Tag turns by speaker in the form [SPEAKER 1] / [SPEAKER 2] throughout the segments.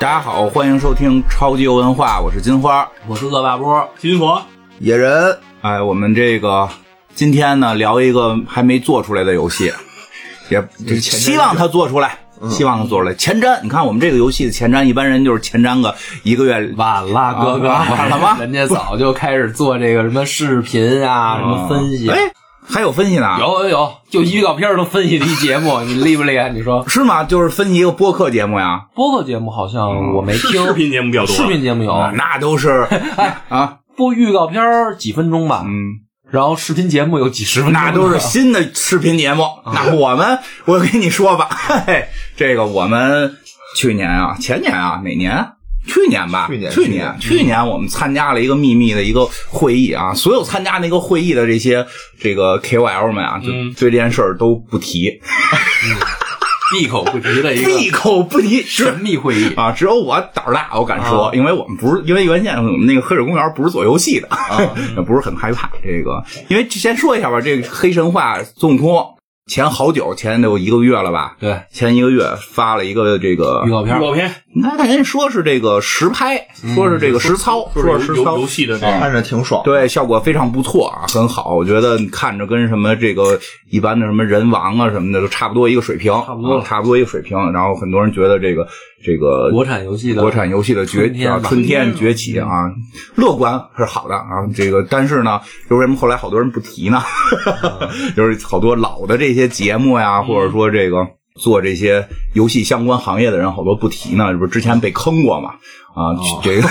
[SPEAKER 1] 大家好，欢迎收听超级游文化，我是金花。
[SPEAKER 2] 我是恶霸波，金佛，
[SPEAKER 3] 野人
[SPEAKER 1] 哎，我们这个今天呢聊一个还没做出来的游戏，也
[SPEAKER 3] 就是前瞻
[SPEAKER 1] 希望它做出来，希望它做出来。前瞻，你看我们这个游戏的前瞻，一般人就是前瞻个一个月。
[SPEAKER 2] 晚了哥哥，
[SPEAKER 1] 啊晚了吗
[SPEAKER 2] 人家早就开始做这个什么视频啊，什么分析，
[SPEAKER 1] 哎，还有分析呢？
[SPEAKER 2] 有有有，就预告片儿都分析了一节目，你厉不厉害？你说
[SPEAKER 1] 是吗？就是分析一个播客节目呀？
[SPEAKER 2] 播客节目好像我没
[SPEAKER 4] 是
[SPEAKER 2] 听，
[SPEAKER 4] 视频节目比较多，
[SPEAKER 2] 视频节目有
[SPEAKER 1] 啊，那都是
[SPEAKER 2] 哎
[SPEAKER 1] 啊，
[SPEAKER 2] 播预告片儿几分钟吧，
[SPEAKER 1] 嗯，
[SPEAKER 2] 然后视频节目有几十分钟，
[SPEAKER 1] 那 都是新的视频节目。那我们，我跟你说吧，嘿，这个我们去年啊，前年啊，哪年？去年吧，
[SPEAKER 3] 去年
[SPEAKER 1] 去
[SPEAKER 3] 去年
[SPEAKER 1] 去年我们参加了一个秘密的一个会议啊，所有参加那个会议的这些这个 KOL 们啊，就对这件事儿都不提，
[SPEAKER 2] 闭口不提的一个
[SPEAKER 1] 闭口不提，
[SPEAKER 2] 神秘会议。
[SPEAKER 1] 啊，只有我胆儿大，我敢说，
[SPEAKER 2] 啊
[SPEAKER 1] 因为我们不是因为原先我们那个黑水公园不是做游戏的，
[SPEAKER 2] 啊
[SPEAKER 1] 不是很害怕这个。因为先说一下吧，这个黑神话孙悟空前好久，前得有一个月了吧，
[SPEAKER 2] 对，
[SPEAKER 1] 前一个月发了一个这个
[SPEAKER 2] 预，告片儿
[SPEAKER 4] 预
[SPEAKER 2] 嗯
[SPEAKER 4] 告片，
[SPEAKER 1] 你看人家说是这个实拍，说是这个实操，说
[SPEAKER 4] 说嗯
[SPEAKER 1] 是
[SPEAKER 4] 是
[SPEAKER 1] 实
[SPEAKER 4] 游
[SPEAKER 1] 操
[SPEAKER 4] 游。戏的这
[SPEAKER 3] 看着挺爽，
[SPEAKER 1] 对，效果非常不错啊，很好。我觉得看着跟什么这个一般的什么人王啊什么的都差不多一个水平，差
[SPEAKER 2] 不多
[SPEAKER 1] 差不多一个水平。然后很多人觉得这个这个
[SPEAKER 2] 国产游戏的
[SPEAKER 1] 国产游戏的崛
[SPEAKER 2] 春天吧嗯
[SPEAKER 1] 啊，春天崛起啊，乐观是好的啊。这个，但是呢，就为什么后来好多人不提呢？
[SPEAKER 2] 嗯
[SPEAKER 1] 就是好多老的这些节目呀，或者说这个做这些游戏相关行业的人，好多不提呢，这不是之前被坑过嘛？啊，
[SPEAKER 2] 哦
[SPEAKER 1] 这个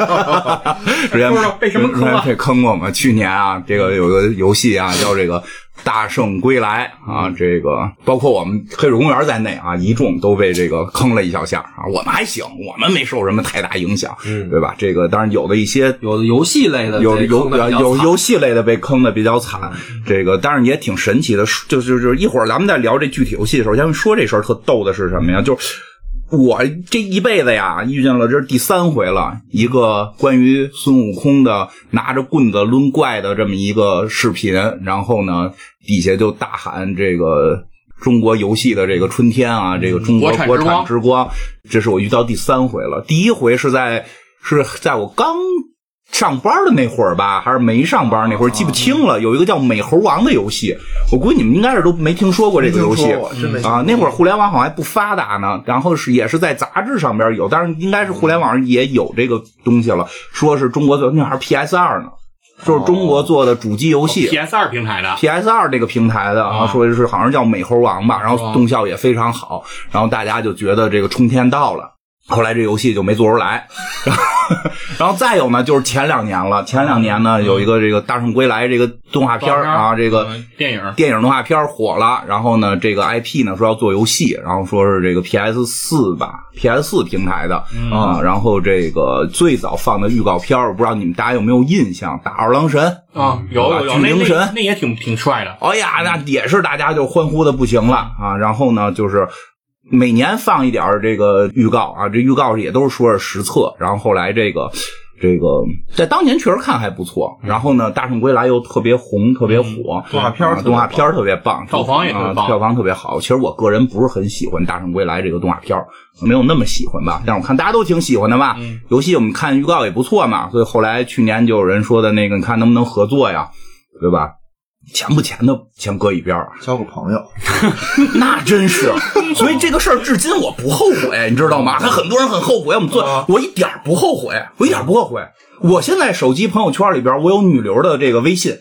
[SPEAKER 1] 之前
[SPEAKER 4] 不知道被什么坑
[SPEAKER 1] 之
[SPEAKER 4] 啊
[SPEAKER 1] 前被坑过嘛？去年啊，这个有个游戏啊，叫这个。大圣归来啊，这个包括我们黑水公园在内啊，一众都被这个坑了一小下啊。我们还行，我们没受什么太大影响，
[SPEAKER 4] 嗯
[SPEAKER 1] 对吧？这个当然有的一些
[SPEAKER 2] 有的游戏类的
[SPEAKER 1] 有
[SPEAKER 2] 这
[SPEAKER 1] 有
[SPEAKER 2] 坑得
[SPEAKER 1] 有
[SPEAKER 2] 比较
[SPEAKER 1] 有
[SPEAKER 2] 惨嗯
[SPEAKER 1] 游戏类的被坑的比较惨，这个但是也挺神奇的，就就就是一会儿咱们在聊这具体游戏的时候，咱们说这事儿特逗的是什么呀？就是。我这一辈子呀，遇见了这是第三回了，一个关于孙悟空的拿着棍子抡怪的这么一个视频，然后呢，底下就大喊这个中国游戏的这个春天啊，这个中国
[SPEAKER 2] 国产之
[SPEAKER 1] 国
[SPEAKER 2] 光
[SPEAKER 1] 产之光，这是我遇到第三回了。第一回是在是在我刚上班的那会儿吧，还是没上班那会
[SPEAKER 3] 啊
[SPEAKER 1] 儿，记不清了。有一个叫《美猴王》的游戏，我估计你们应该是都没听说过这个游戏
[SPEAKER 3] 没听说过真没听说过
[SPEAKER 1] 啊。那会儿互联网好像还不发达呢，然后是也是在杂志上边有，但是应该是互联网上也有这个东西了，说是中国做那还是 PS 二呢，就是中国做的主机游戏。
[SPEAKER 4] PS 二平台的，
[SPEAKER 1] PS 二这个平台的啊，说是好像叫美猴王吧，然后动效也非常好，然后大家就觉得这个冲天到了。后来这游戏就没做出来， 然后再有呢，就是前两年了。前两年呢，有一个这个《大圣归来》这个嗯动画片儿啊，这个
[SPEAKER 4] 嗯电影
[SPEAKER 1] 电影动画片儿火了，然后呢，这个 IP 呢说要做游戏，然后说是这个 PS 四吧，PS 四平台的啊、然后这个最早放的预告片儿，我不知道你们大家有没有印象，打二郎神
[SPEAKER 4] 啊，有有有，
[SPEAKER 1] 巨
[SPEAKER 4] 那
[SPEAKER 1] 灵
[SPEAKER 4] 那
[SPEAKER 1] 神
[SPEAKER 4] 那也挺挺帅的，
[SPEAKER 1] 哎呀，那也是大家就欢呼的不行了啊。然后呢，就是每年放一点儿这个预告啊，这预告也都是说是实测。然后后来这个这个在当年确实看还不错。然后呢，《大圣归来》又特别红，特别火，
[SPEAKER 3] 动画片儿
[SPEAKER 1] 啊
[SPEAKER 3] 特别
[SPEAKER 1] 动画片儿特别棒，
[SPEAKER 4] 票房也特别棒
[SPEAKER 1] 啊票房特别好。其实我个人不是很喜欢《大圣归来》这个动画片儿，没有那么喜欢吧。但是我看大家都挺喜欢的嘛，游戏我们看预告也不错嘛，所以后来去年就有人说的那个，你看能不能合作呀，对吧？钱不钱的先搁一边儿啊，
[SPEAKER 3] 交个朋友，
[SPEAKER 1] 那真是，啊所以这个事儿至今我不后悔，你知道吗？还很多人很后悔，我们
[SPEAKER 3] 啊
[SPEAKER 1] 做，我一点儿不后悔，我一点儿不后悔。我现在手机朋友圈里边，我有女流的这个微信，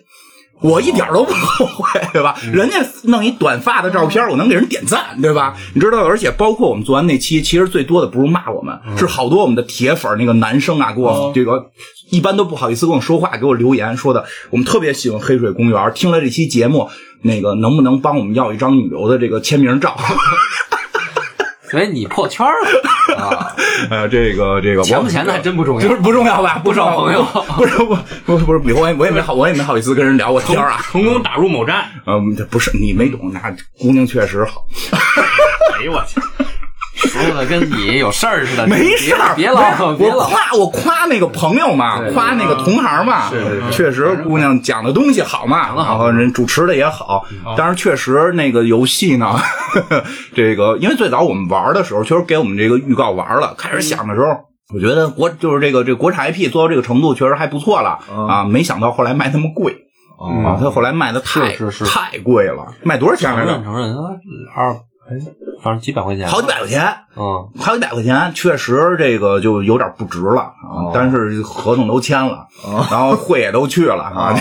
[SPEAKER 1] 我一点儿都不后悔，对吧？
[SPEAKER 2] 嗯
[SPEAKER 1] 人家弄一短发的照片，我能给人点赞，对吧？你知道，而且包括我们做完那期，其实最多的不是骂我们，
[SPEAKER 2] 嗯
[SPEAKER 1] 是好多我们的铁粉儿那个男生啊，给我这个一般都不好意思跟我说话，给我留言说的，我们特别喜欢黑水公园，听了这期节目，那个能不能帮我们要一张女流的这个签 名照？
[SPEAKER 2] 所以哎你破圈儿了啊！
[SPEAKER 1] 呃，这个 这个
[SPEAKER 2] 钱不钱的还真不重
[SPEAKER 1] 就
[SPEAKER 2] 要
[SPEAKER 1] 是。不重要吧？不
[SPEAKER 2] 找朋友，
[SPEAKER 1] 不是不不不是，我也我也没好，我也没好意思跟人聊过天儿啊。
[SPEAKER 4] 成功打入 某站，
[SPEAKER 1] 嗯，这不是你没懂，那姑娘确实好。
[SPEAKER 4] 哎呦我去，
[SPEAKER 2] 说的跟你有事儿似的，
[SPEAKER 1] 没事儿，
[SPEAKER 2] 别别
[SPEAKER 1] 不
[SPEAKER 2] 老
[SPEAKER 1] 是
[SPEAKER 2] 别
[SPEAKER 1] 我
[SPEAKER 2] 老，
[SPEAKER 1] 夸我夸那个朋友嘛，
[SPEAKER 2] 对
[SPEAKER 1] 夸那个同行嘛，
[SPEAKER 3] 是是
[SPEAKER 1] 确实姑娘讲的东西好嘛，然后人主持的也好，但是确实那个游戏呢， 这个因为最早我们玩的时候，确实给我们这个预告玩了，开始想的时候。我觉得国就是这个这个国产 IP 做到这个程度，确实还不错了、啊！没想到后来卖那么贵、
[SPEAKER 2] 嗯
[SPEAKER 1] 啊，它后来卖的太
[SPEAKER 2] 是是是
[SPEAKER 1] 太贵了，卖多少钱来
[SPEAKER 2] 承认
[SPEAKER 1] 着？
[SPEAKER 2] 承认，啊二哎反正几百块钱，
[SPEAKER 1] 好几百块钱。
[SPEAKER 2] 嗯，
[SPEAKER 1] 还有一百块钱，确实这个就有点不值了
[SPEAKER 2] 哦
[SPEAKER 1] 啊。但是合同都签了，然后会也都去了啊，
[SPEAKER 2] 哦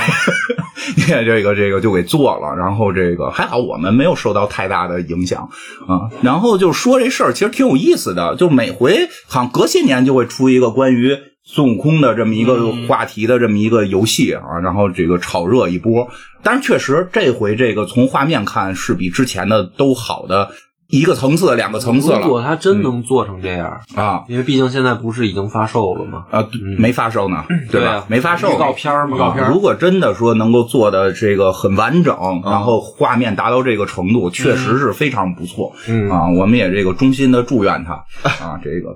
[SPEAKER 1] 这 这个这个就给做了。然后这个还好我们没有受到太大的影响啊。然后就说这事儿其实挺有意思的，就每回好像隔些年就会出一个关于。孙悟空的这么一个
[SPEAKER 2] 嗯
[SPEAKER 1] 话题的这么一个游戏啊，然后这个炒热一波，但是确实这回这个从画面看是比之前的都好的一个层次、两个层次
[SPEAKER 2] 如
[SPEAKER 1] 了嗯
[SPEAKER 2] 果他真能做成这样，
[SPEAKER 1] 啊。
[SPEAKER 2] 因为毕竟现在不是已经发售了吗？
[SPEAKER 1] 啊，对没发售呢，对
[SPEAKER 2] 嗯对
[SPEAKER 1] 吧
[SPEAKER 2] 啊？
[SPEAKER 1] 没发售呢，
[SPEAKER 2] 预告片儿嘛
[SPEAKER 1] 啊
[SPEAKER 2] 预告片儿
[SPEAKER 1] 如果真的说能够做的这个很完整，
[SPEAKER 2] 啊
[SPEAKER 1] 然后画面达到这个程度，确实是非常不错。
[SPEAKER 2] 嗯
[SPEAKER 1] 啊，我们也这个衷心的祝愿他 啊，这个。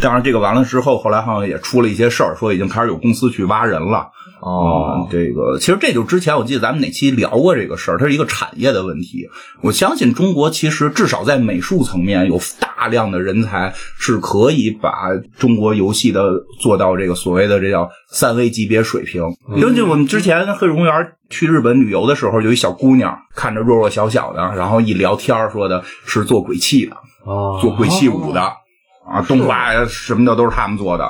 [SPEAKER 1] 当然，这个完了之后，后来好像也出了一些事儿，说已经开始有公司去挖人了。
[SPEAKER 3] 哦，
[SPEAKER 1] 啊，这个其实这就之前我记得咱们哪期聊过这个事儿，它是一个产业的问题。我相信中国其实至少在美术层面有大量的人才是可以把中国游戏的做到这个所谓的这叫三 A 级别水平。因为就我们之前黑水公园去日本旅游的时候，有一小姑娘看着弱弱小小的，然后一聊天儿说的是做鬼泣的，
[SPEAKER 2] 哦
[SPEAKER 1] 做鬼泣五的啊，动画呀什么的都是他们做的。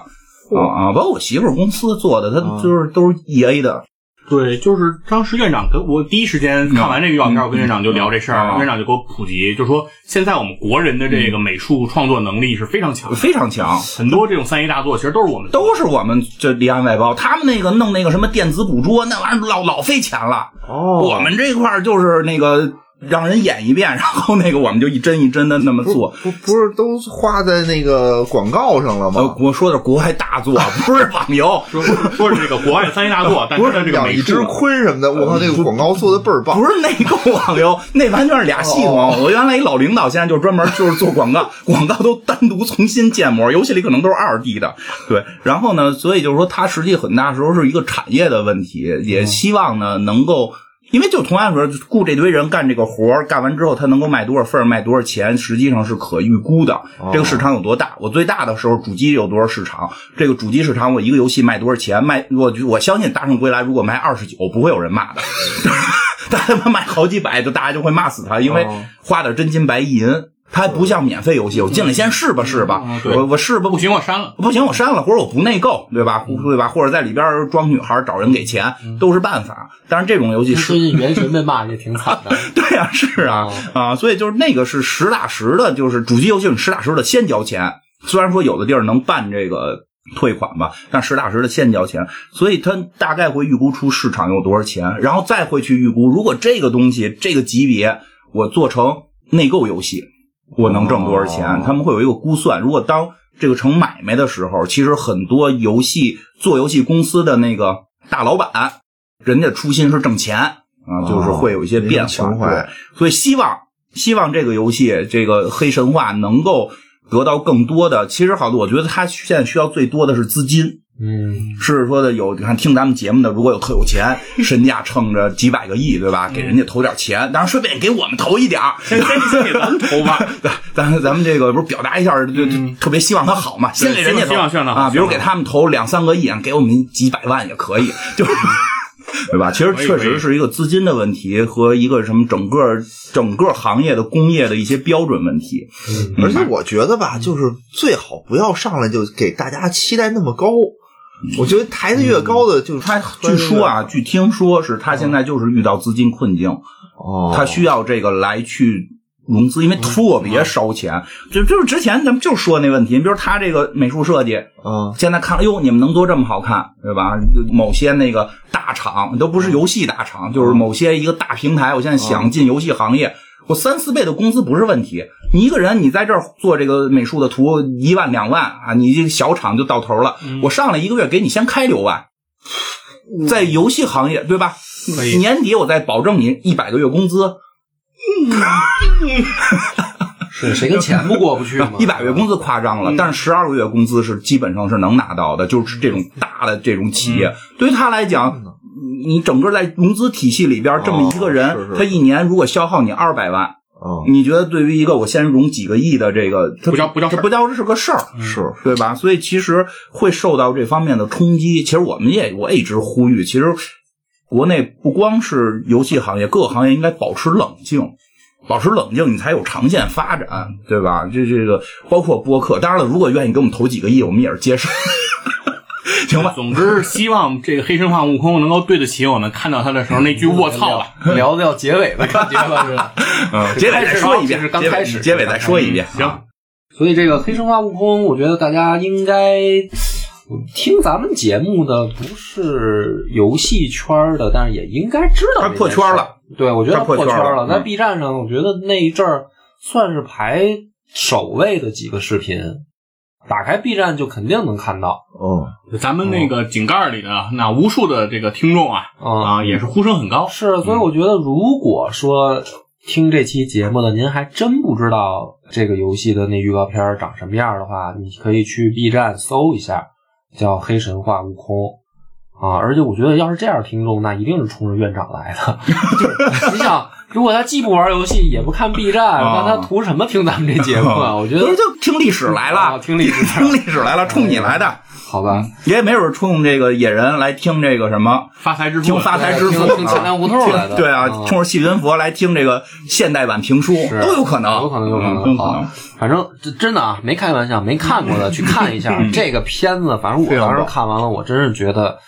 [SPEAKER 1] 啊啊！包括我媳妇儿公司做的，她就是都是 E A 的，
[SPEAKER 4] 对，就是当时院长跟我第一时间看完这个预告片，我跟院长就聊这事
[SPEAKER 1] 嗯
[SPEAKER 4] 儿，院长就给我普及，就说现在我们国人的这个美术创作能力是非 常强的，
[SPEAKER 1] 非常强，
[SPEAKER 4] 很多这种三 A 大作其实都是我们
[SPEAKER 1] 都是我们这离岸外包。他们那个弄那个什么电子捕捉，那玩意儿老老费钱了。
[SPEAKER 3] 哦
[SPEAKER 1] 我们这块儿就是那个让人演一遍，然后那个我们就一帧一帧的那么做。
[SPEAKER 3] 不不是都花在那个广告上了
[SPEAKER 1] 呃
[SPEAKER 3] 吗，？
[SPEAKER 1] 我说的国外大作，不是网游，
[SPEAKER 4] 说说是这个国外的 三 A 大作，但是它这个
[SPEAKER 3] 养
[SPEAKER 4] 美
[SPEAKER 3] 一只
[SPEAKER 4] 术啊
[SPEAKER 3] 鲲什么的，我靠，那个广告做的倍儿棒
[SPEAKER 1] 不。是内购网游，那完全是俩系统。我原来一老领导，现在就专门就是做广告，广告都单独重新建模，游戏里可能都是二 D 的。对，然后呢，所以就是说，它实际很大时候是一个产业的问题，
[SPEAKER 4] 嗯
[SPEAKER 1] 也希望呢能够。因为就同样说，雇这堆人干这个活儿，干完之后他能够卖多少份儿，卖多少钱，实际上是可预估的。
[SPEAKER 4] 哦
[SPEAKER 1] 这个市场有多大？我最大的时候主机有多少市场？这个主机市场我一个游戏卖多少钱？卖我我相信《大圣归来》如果卖二十九，不会有人骂的。 他他妈卖好几百，就大家就会骂死他，因为
[SPEAKER 4] 哦
[SPEAKER 1] 花的真金白银，他还不像免费游戏，我进来先试吧试吧
[SPEAKER 4] 嗯，对
[SPEAKER 1] 我我试吧
[SPEAKER 4] 不行，我删了。
[SPEAKER 1] 不行，我删了，或者我不内购，对吧？对吧？或者在里边装女孩找人给钱，都是办法。但是这种游戏是
[SPEAKER 2] 最近原神被骂也挺惨 的，
[SPEAKER 1] 对呀、是啊，啊，所以就是那个是实打实的，就是主机游戏你实打实的先交钱。虽然说有的地儿能办这个退款吧，但实打实的先交钱，所以它大概会预估出市场有多少钱，然后再会去预估，如果这个东西这个级别我做成内购游戏，我能挣多少钱？
[SPEAKER 3] 哦
[SPEAKER 1] 他们会有一个估算。如果当这个成买卖的时候，其实很多游戏做游戏公司的那个大老板，人家初心是挣钱啊，就是会有一些变
[SPEAKER 3] 人情
[SPEAKER 1] 化。
[SPEAKER 3] 怀
[SPEAKER 1] 对，所以希望希望这个游戏这个黑神话能够得到更多的。其实好多，我觉得它现在需要最多的是资金。
[SPEAKER 2] 嗯，
[SPEAKER 1] 是说的有，你看听咱们节目的，如果有特有 钱，身价撑着几百个亿，对吧？给人家投点钱，当然顺便也给我们投一点儿，
[SPEAKER 4] 先先先给嗯咱们投吧， 嗯
[SPEAKER 1] 咱咱咱们这个不是表达一下，就就特别希望他好嘛，先给人家投
[SPEAKER 4] 希望希望他好
[SPEAKER 1] 啊，比如给
[SPEAKER 4] 希望
[SPEAKER 1] 他们投两三个亿，给我们几百万也可以，就是 对吧？其实
[SPEAKER 4] 可以
[SPEAKER 1] 确
[SPEAKER 4] 可
[SPEAKER 1] 实
[SPEAKER 4] 以
[SPEAKER 1] 是一个资金的问题和一个什么整个整个行业的工业的一些标准问题。
[SPEAKER 3] 而且我觉得吧，就是最好不要上来就给大家期待那么高。我觉得抬得越高的，就是
[SPEAKER 1] 他据说，啊，据听说是他
[SPEAKER 4] 嗯
[SPEAKER 1] 现在就是遇到资金困境，
[SPEAKER 3] 哦，
[SPEAKER 1] 他需要这个来去融资，因为特
[SPEAKER 4] 嗯
[SPEAKER 1] 别烧钱。就就是之前咱们就说那问题，你比如他这个美术设计，
[SPEAKER 3] 啊，
[SPEAKER 1] 现在看，哎呦，你们能做这么好看，对吧？某些那个大厂都不是游戏大
[SPEAKER 4] 哦
[SPEAKER 1] 厂，就是某些一个大平台，我现在想进游戏行业。我三四倍的工资不是问题，你一个人你在这儿做这个美术的图一万两万啊，你这个小厂就到头了。
[SPEAKER 4] 嗯
[SPEAKER 1] 我上来一个月给你先开六万，在游戏行业对吧？
[SPEAKER 4] 可以
[SPEAKER 1] 年底我再保证你一百个月工资，？
[SPEAKER 2] 对，谁跟钱不过不去嘛
[SPEAKER 1] 一百个月工资夸张
[SPEAKER 3] 嗯
[SPEAKER 1] 了，但是十二个月工资是基本上是能拿到的，就是这种大的这种企
[SPEAKER 3] 嗯
[SPEAKER 1] 业，对于他来讲，你整个在融资体系里边这么一个人，
[SPEAKER 3] 哦是是
[SPEAKER 1] 他一年如果消耗你二百万，
[SPEAKER 3] 啊，
[SPEAKER 1] 你觉得对于一个我先融几个亿的这个，他
[SPEAKER 4] 不叫不叫事
[SPEAKER 1] 这
[SPEAKER 4] 儿
[SPEAKER 1] 不叫是个事儿，
[SPEAKER 3] 是
[SPEAKER 1] 对吧？所以其实会受到这方面的冲击。其实我们也我也一直呼吁，其实国内不光是游戏行业，各个行业应该保持冷静。保持冷静，你才有长线发展，对吧？这这个包括播客，当然了，如果愿意给我们投几个亿，我们也是接受。行吧，
[SPEAKER 4] 总之，希望这个黑神话悟空能够对得起我们看到他的时候那句“卧槽”吧。
[SPEAKER 2] 嗯聊到结尾的感觉了是。
[SPEAKER 1] 嗯，结尾再说一遍，
[SPEAKER 2] 是刚开始
[SPEAKER 1] 结尾结尾再说一遍。
[SPEAKER 4] 行，
[SPEAKER 2] 所以这个黑神话悟空，我觉得大家应该嗯听咱们节目的不是游戏圈儿的，但是也应该知
[SPEAKER 1] 他
[SPEAKER 2] 道这件
[SPEAKER 1] 破圈
[SPEAKER 2] 事儿
[SPEAKER 1] 了，
[SPEAKER 2] 对，我觉得
[SPEAKER 1] 他
[SPEAKER 2] 破
[SPEAKER 1] 破
[SPEAKER 2] 圈
[SPEAKER 1] 圈
[SPEAKER 2] 了。
[SPEAKER 1] 了
[SPEAKER 2] 在
[SPEAKER 1] 嗯
[SPEAKER 2] B 站上，我觉得那一阵儿算是排首位的几个视频，打开 B 站就肯定能看到。
[SPEAKER 3] 嗯，
[SPEAKER 4] 咱们那个井盖儿里的那无数的这个听众啊
[SPEAKER 2] 啊、
[SPEAKER 4] 啊，也是呼声很
[SPEAKER 1] 哦
[SPEAKER 4] 高。
[SPEAKER 2] 是，所以我觉得，如果说听这期节目的您还真不知道这个游戏的那预告片儿长什么样儿的话，你可以去 B 站搜一下，叫《黑神话：悟空》。啊，而且我觉得，要是这样听众，那一定是冲着院长来 的。就是你想，如果他既不玩游戏，也不看 B 站，那他图什么听咱们这节目啊？我觉得
[SPEAKER 1] 啊不是就听历史来
[SPEAKER 2] 啊
[SPEAKER 1] 了，
[SPEAKER 2] 听历史
[SPEAKER 1] 听历史来了，冲你来的，
[SPEAKER 2] 好吧，
[SPEAKER 1] 也没准冲这个野人来听这个什么。
[SPEAKER 4] 发财致富，
[SPEAKER 1] 听发财致富
[SPEAKER 2] 对，听钱粮胡同来的
[SPEAKER 1] 听对啊，
[SPEAKER 2] 嗯
[SPEAKER 1] 冲着细云佛来听这个现代版评书
[SPEAKER 2] 是
[SPEAKER 1] 都有可能，
[SPEAKER 2] 有可能，有
[SPEAKER 1] 嗯
[SPEAKER 2] 可能，
[SPEAKER 1] 都有可
[SPEAKER 2] 好
[SPEAKER 1] 能。
[SPEAKER 2] 反正这真的啊，没开玩笑，没看 过的去看一
[SPEAKER 1] 嗯
[SPEAKER 2] 下这个片子。反正我
[SPEAKER 1] 非常
[SPEAKER 2] 当时
[SPEAKER 1] 棒
[SPEAKER 2] 看完了，我真是觉得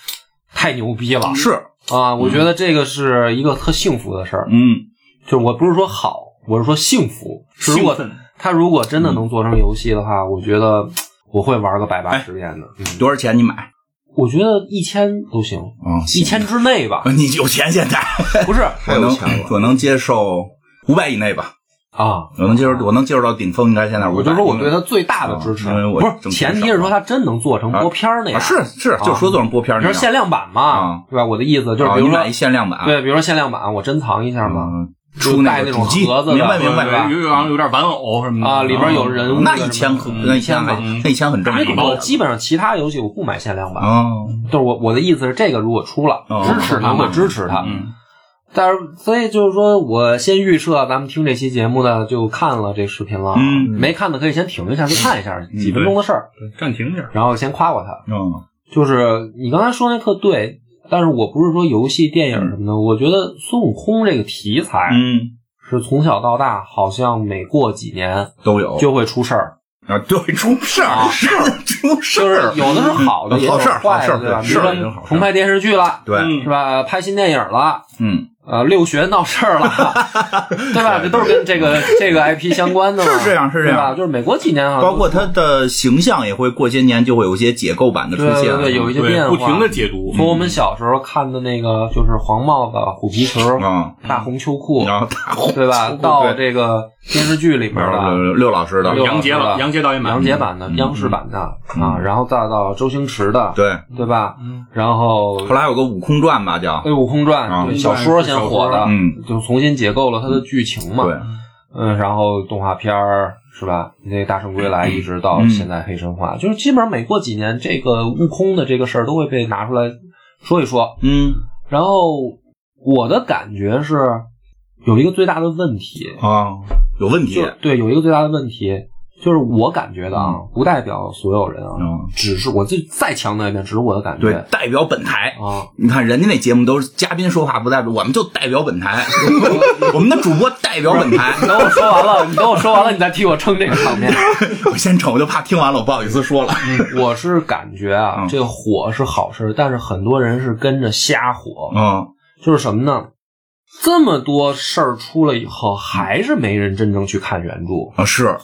[SPEAKER 2] 太牛逼了
[SPEAKER 1] 是，
[SPEAKER 2] 啊！我觉得这个是一个特幸福的事儿，
[SPEAKER 1] 嗯，
[SPEAKER 2] 就是我不是说好，我是说幸福。
[SPEAKER 4] 兴
[SPEAKER 2] 如果
[SPEAKER 4] 奋
[SPEAKER 2] 他如果真的能做成游戏的话，我觉得我会玩个百八
[SPEAKER 1] 哎
[SPEAKER 2] 十遍的。嗯
[SPEAKER 1] 多少钱你买？
[SPEAKER 2] 我觉得一千都行，
[SPEAKER 1] 嗯，
[SPEAKER 2] 一千之 内吧，
[SPEAKER 1] 你有钱现在？
[SPEAKER 2] 不是
[SPEAKER 3] 太
[SPEAKER 1] 我
[SPEAKER 3] 有
[SPEAKER 1] 能
[SPEAKER 3] 钱了，
[SPEAKER 1] 我能接受五百以内吧，
[SPEAKER 2] 啊。
[SPEAKER 1] 我能接受，我能接受到顶峰应该现在500。
[SPEAKER 2] 我就说我对他最大的支持，
[SPEAKER 1] 啊因为我
[SPEAKER 2] 不是
[SPEAKER 1] 挣
[SPEAKER 2] 前
[SPEAKER 1] 钱
[SPEAKER 2] 提
[SPEAKER 1] 少
[SPEAKER 2] 是说
[SPEAKER 1] 嘛
[SPEAKER 2] 他真能做成播片儿那
[SPEAKER 1] 啊
[SPEAKER 2] 样，
[SPEAKER 1] 是是，就说做成播片
[SPEAKER 2] 你
[SPEAKER 1] 那
[SPEAKER 2] 说
[SPEAKER 1] 样，
[SPEAKER 2] 限量版嘛
[SPEAKER 1] 啊，
[SPEAKER 2] 对吧？我的意思就是，
[SPEAKER 1] 啊
[SPEAKER 2] 比如
[SPEAKER 1] 你
[SPEAKER 2] 说
[SPEAKER 1] 买一限量版，
[SPEAKER 2] 对，比如说限量版，我珍藏一下嘛，
[SPEAKER 1] 嗯，出那
[SPEAKER 2] 带那
[SPEAKER 1] 个
[SPEAKER 2] 种
[SPEAKER 1] 主机，
[SPEAKER 2] 盒子的
[SPEAKER 1] 明白明白
[SPEAKER 2] 对吧
[SPEAKER 1] 明
[SPEAKER 4] 有有有点玩偶什么的
[SPEAKER 2] 啊里边有人物
[SPEAKER 1] 白，那
[SPEAKER 2] 的
[SPEAKER 1] 一千可
[SPEAKER 2] 嗯
[SPEAKER 1] 那
[SPEAKER 2] 一
[SPEAKER 1] 一
[SPEAKER 2] 千
[SPEAKER 1] 千
[SPEAKER 2] 吧
[SPEAKER 1] 还那一千很正
[SPEAKER 4] 打一
[SPEAKER 1] 常
[SPEAKER 4] 包
[SPEAKER 2] 我基本上其他游戏我不买限量版，
[SPEAKER 1] 哦，
[SPEAKER 2] 就是我我的意思是，这个如果出了，
[SPEAKER 1] 哦
[SPEAKER 2] 支持它，
[SPEAKER 4] 嗯
[SPEAKER 2] 我支持它。
[SPEAKER 4] 嗯，
[SPEAKER 2] 但是所以就是说我先预设，咱们听这期节目的就看了这视频了，
[SPEAKER 1] 嗯
[SPEAKER 2] 没看的可以先停一下去看一下，几分钟的事儿，
[SPEAKER 4] 暂停一下。
[SPEAKER 2] 然后先夸夸他。
[SPEAKER 1] 嗯，
[SPEAKER 2] 就是你刚才说那特对，但是我不是说游戏、电影什么的，我觉得孙悟空这个题材
[SPEAKER 1] 嗯，
[SPEAKER 2] 是从小到大，好像每过几年
[SPEAKER 1] 都有
[SPEAKER 2] 就会出事儿。
[SPEAKER 1] 啊，对，出事儿，事儿出事
[SPEAKER 2] 就是
[SPEAKER 1] 儿，
[SPEAKER 2] 有的是好的，
[SPEAKER 1] 嗯
[SPEAKER 2] 也有
[SPEAKER 1] 好事儿
[SPEAKER 2] 坏
[SPEAKER 1] 好事
[SPEAKER 2] 的，
[SPEAKER 1] 儿
[SPEAKER 2] 对吧？
[SPEAKER 1] 对
[SPEAKER 2] 比如
[SPEAKER 1] 事
[SPEAKER 2] 说
[SPEAKER 1] 儿也有好事儿
[SPEAKER 2] 重拍电视剧了，
[SPEAKER 1] 对，
[SPEAKER 4] 嗯
[SPEAKER 2] 是吧？拍新电影了，
[SPEAKER 1] 嗯，
[SPEAKER 2] 呃，六学闹事 儿了，对吧？这都是跟这个这个 IP 相关的嘛，
[SPEAKER 1] 是这样是这样
[SPEAKER 2] 对吧就是每过几年好像
[SPEAKER 1] 包括它的形象也会过些年就会有一些解构版的出
[SPEAKER 2] 对对
[SPEAKER 1] 现，嗯
[SPEAKER 2] 对对有一些变化，
[SPEAKER 4] 对，不停的解读，
[SPEAKER 2] 从我们小时候看的那个就是黄帽子、虎皮裙儿、
[SPEAKER 1] 啊，
[SPEAKER 2] 大红秋裤，
[SPEAKER 1] 然后大红
[SPEAKER 2] 对吧？
[SPEAKER 1] 对
[SPEAKER 2] 到这个电视剧里面了。
[SPEAKER 1] 六老师的
[SPEAKER 2] 六
[SPEAKER 4] 杨杰吧，杨杰导演版，
[SPEAKER 2] 杨洁版的、央视版的啊，然后再到周星驰的，
[SPEAKER 1] 嗯对，
[SPEAKER 2] 对吧？
[SPEAKER 1] 嗯
[SPEAKER 2] 然后
[SPEAKER 1] 后来有个《悟空传》吧，叫
[SPEAKER 2] 《对《悟空传》
[SPEAKER 1] 啊
[SPEAKER 2] 对小说先火的，
[SPEAKER 1] 嗯
[SPEAKER 2] 就重新解构了它的剧情嘛。
[SPEAKER 1] 对，
[SPEAKER 2] 嗯，然后动画片儿是吧？那个《大圣归来》一直
[SPEAKER 1] 嗯
[SPEAKER 2] 到现在《黑神话》就是基本上每过几年，这个悟空的这个事儿都会被拿出来说一说。
[SPEAKER 1] 嗯
[SPEAKER 2] 然后我的感觉是，有一个最大的问题，
[SPEAKER 1] 啊，有问题
[SPEAKER 2] 就，对，有一个最大的问题。就是我感觉的啊，不代表所有人啊，
[SPEAKER 1] 嗯
[SPEAKER 2] 只是我自己再强调一遍，只是我的感觉
[SPEAKER 1] 对，代表本台。
[SPEAKER 2] 啊。
[SPEAKER 1] 你看人家那节目都是嘉宾说话不代表，我们就代表本 台，我们的主播代表本台。
[SPEAKER 2] 等我说完了，你等我说完了，你再替我撑这个场面。
[SPEAKER 1] 我先瞅，我就怕听完了我不好意思 说了。
[SPEAKER 2] 我是感觉啊，
[SPEAKER 1] 嗯
[SPEAKER 2] 这个火是好事，但是很多人是跟着瞎火，
[SPEAKER 1] 嗯，
[SPEAKER 2] 就是什么呢？这么多事儿出了以后，还是没人真正去看原著，
[SPEAKER 1] 啊是，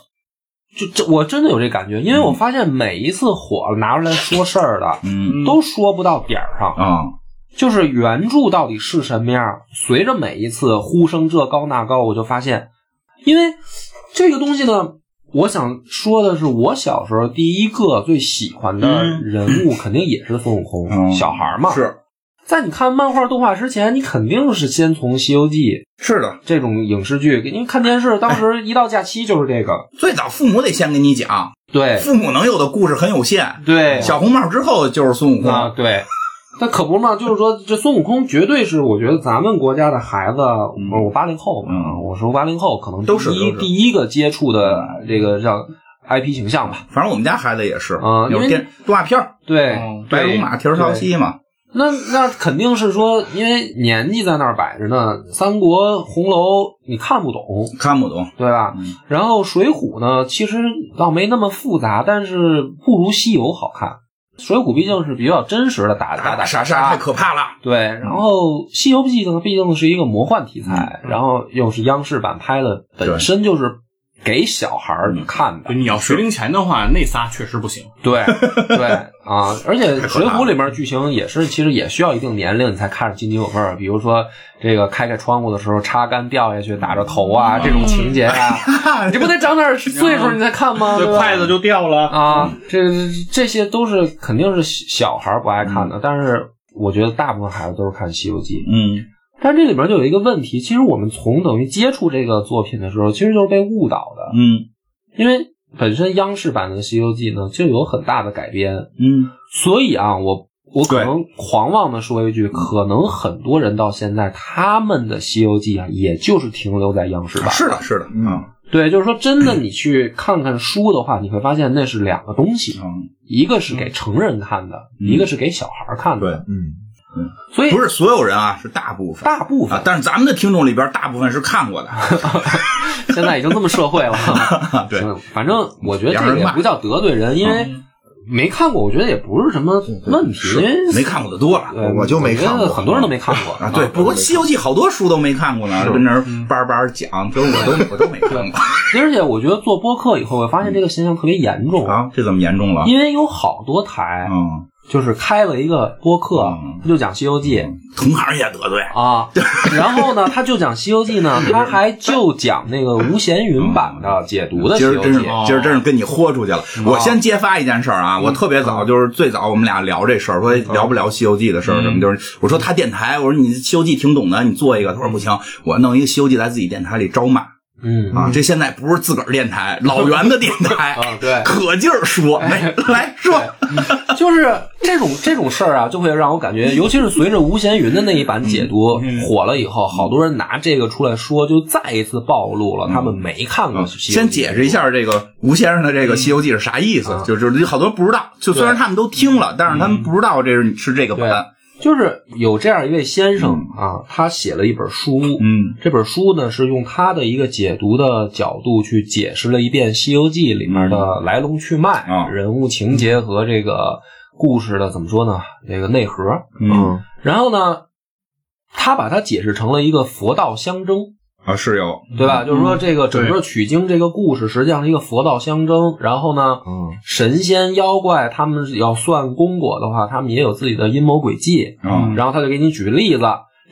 [SPEAKER 2] 就这我真的有这感觉，因为我发现每一次火了拿出来说事儿的，
[SPEAKER 1] 嗯
[SPEAKER 2] 都说不到点儿上，
[SPEAKER 1] 啊
[SPEAKER 2] 就是原著到底是什么样，随着每一次呼声这高那高，我就发现，因为这个东西呢，我想说的是，我小时候第一个最喜欢的人物肯定也是孙悟空，
[SPEAKER 1] 嗯
[SPEAKER 2] 小孩儿嘛。
[SPEAKER 1] 是，
[SPEAKER 2] 在你看漫画动画之前，你肯定是先从《西游记》
[SPEAKER 1] 是的，
[SPEAKER 2] 这种影视剧，因为看电视当时一到假期就是这个，
[SPEAKER 1] 最早父母得先给你讲，
[SPEAKER 2] 对
[SPEAKER 1] 父母能有的故事很有限。
[SPEAKER 2] 对
[SPEAKER 1] 小红帽之后就是孙悟
[SPEAKER 2] 啊
[SPEAKER 1] 空，
[SPEAKER 2] 对。那可不嘛，就是说，这孙悟空绝对是，我觉得咱们国家的孩子，我我八零后嘛，
[SPEAKER 1] 嗯
[SPEAKER 2] 我说八零后可能
[SPEAKER 1] 都是
[SPEAKER 2] 第一
[SPEAKER 1] 都是
[SPEAKER 2] 第一个接触的这个让 IP 形象吧，
[SPEAKER 1] 反正我们家孩子也是，
[SPEAKER 2] 啊因
[SPEAKER 1] 有
[SPEAKER 2] 为
[SPEAKER 1] 电动画片儿
[SPEAKER 2] 对，
[SPEAKER 4] 嗯
[SPEAKER 1] 白龙马、蹄儿朝西嘛，
[SPEAKER 2] 那那肯定是说，因为年纪在那儿摆着呢，《三国》《红楼》你看不懂，
[SPEAKER 1] 看不懂。
[SPEAKER 2] 对吧？
[SPEAKER 1] 嗯
[SPEAKER 2] 然后《水浒》呢，其实倒没那么复杂，但是不如《西游》好看。《水浒》毕竟是比较真实的打打
[SPEAKER 1] 打
[SPEAKER 2] 杀
[SPEAKER 1] 杀杀太可怕了，嗯
[SPEAKER 2] 对。然后《西游记》呢，毕竟是一个魔幻题材，
[SPEAKER 1] 嗯
[SPEAKER 2] 然后又是央视版拍的，本身就是给小孩儿看
[SPEAKER 1] 嗯
[SPEAKER 2] 的
[SPEAKER 4] 就。你要学龄前的话，那仨确实不行。
[SPEAKER 2] 对对啊，而且《水
[SPEAKER 1] 可怕
[SPEAKER 2] 浒》
[SPEAKER 1] 了
[SPEAKER 2] 里面剧情也是，其实也需要一定年龄你才看着津津有味儿。比如说这个开开窗户的时候，插杆掉下去打着头啊，这种情节
[SPEAKER 1] 嗯
[SPEAKER 2] 啊， 你不得长点岁数你再看吗？对吧
[SPEAKER 4] 筷子就掉了。
[SPEAKER 2] 啊，这这些都是肯定是小孩儿不爱看的，但是我觉得大部分孩子都是看《西游记》。
[SPEAKER 1] 嗯，
[SPEAKER 2] 但这里面就有一个问题，其实我们从等于接触这个作品的时候，其实就是被误导的，
[SPEAKER 1] 嗯
[SPEAKER 2] 因为本身央视版的《西游记》呢就有很大的改编，
[SPEAKER 1] 嗯，
[SPEAKER 2] 所以啊，我我可
[SPEAKER 1] 对
[SPEAKER 2] 能狂妄的说一句，可能很多人到现在他们的《西游记》啊，也就是停留在央视版。
[SPEAKER 1] 是的，是的，嗯
[SPEAKER 2] 对，就是说真的，你去看看书的话，你会发现那是两个东西，
[SPEAKER 1] 嗯，
[SPEAKER 2] 一个是给成人看的，
[SPEAKER 1] 嗯
[SPEAKER 2] 一个是给小孩看的。
[SPEAKER 3] 嗯，
[SPEAKER 2] 所以
[SPEAKER 1] 不是所有人啊，是大部分
[SPEAKER 2] 大部分
[SPEAKER 1] 啊，但是咱们的听众里边大部分是看过的，
[SPEAKER 2] 现在已经这么社会了。
[SPEAKER 1] 对
[SPEAKER 2] 行，反正我觉得
[SPEAKER 1] 两
[SPEAKER 2] 这
[SPEAKER 1] 人
[SPEAKER 2] 个也
[SPEAKER 1] 骂嗯
[SPEAKER 2] 不叫得罪人，因为没看过，我觉得也不是什么问题。因为
[SPEAKER 1] 没看过的多了
[SPEAKER 2] 呃
[SPEAKER 3] 我就没看
[SPEAKER 2] 我
[SPEAKER 3] 过
[SPEAKER 2] 觉得很多人都没看过
[SPEAKER 1] 啊。对，不过《西游记》好多书都没看过呢，跟那儿叭叭讲，就是我都我都没 看过
[SPEAKER 2] 而且我觉得做播客以后，我发现这个现象特别严重，
[SPEAKER 1] 嗯啊，这怎么严重了？
[SPEAKER 2] 因为有好多台
[SPEAKER 1] 嗯，
[SPEAKER 2] 就是开了一个播客
[SPEAKER 1] 嗯，
[SPEAKER 2] 他就讲《西游记》
[SPEAKER 1] 同行也得罪，
[SPEAKER 2] 啊，然后呢，他就讲《西游记》
[SPEAKER 1] 嗯
[SPEAKER 2] 呢，他还就讲那个吴闲云版的解读的《西
[SPEAKER 1] 今儿
[SPEAKER 2] 游
[SPEAKER 1] 真
[SPEAKER 2] 记
[SPEAKER 1] 是》，今儿真
[SPEAKER 2] 哦
[SPEAKER 1] 是跟你豁出去了。我先揭发一件事儿
[SPEAKER 2] 嗯
[SPEAKER 1] 啊，我特别早就是最早我们俩聊这事儿，说聊不聊《西游记》的
[SPEAKER 2] 嗯
[SPEAKER 1] 事儿，什么就是我说他电台，我说你《西游记》挺懂的，你做一个。他说不行，我弄一个《西游记》在自己电台里招骂
[SPEAKER 2] 嗯
[SPEAKER 1] 啊，这现在不是自个儿电 台，老袁的电台，
[SPEAKER 2] 啊，对，哎
[SPEAKER 1] 可劲儿说，来来说，
[SPEAKER 2] 就是这种这种事儿啊，就会让我感觉，尤其是随着吴闲云的那一版解读
[SPEAKER 1] 嗯
[SPEAKER 2] 火了以后，好多人拿这个出来说，就再一次暴露了他们没看过《西
[SPEAKER 1] 嗯
[SPEAKER 2] 游记》。
[SPEAKER 1] 先解释一下这个吴先生的这个《西游记》是啥意思，
[SPEAKER 2] 嗯
[SPEAKER 1] 就就是好多人不知道，就虽然他们都听了，但是他们不知道这是是这个
[SPEAKER 2] 对
[SPEAKER 1] 版。
[SPEAKER 2] 就是有这样一位先生啊，他写了一本书，
[SPEAKER 1] 嗯
[SPEAKER 2] 这本书呢是用他的一个解读的角度去解释了一遍《西游记》里面的来龙去脉、
[SPEAKER 1] 啊
[SPEAKER 2] 人物情节和这个故事的怎么说呢？这个内核。
[SPEAKER 1] 嗯
[SPEAKER 2] 然后呢，他把它解释成了一个佛道相争，
[SPEAKER 1] 啊是有
[SPEAKER 2] 对吧？就是
[SPEAKER 1] 嗯
[SPEAKER 2] 说这个整个取经这个故事实际上是一个佛道相争。然后呢，
[SPEAKER 3] 嗯
[SPEAKER 2] 神仙妖怪他们要算功果的话，他们也有自己的阴谋诡计。
[SPEAKER 1] 啊
[SPEAKER 2] 然后他就给你举例子，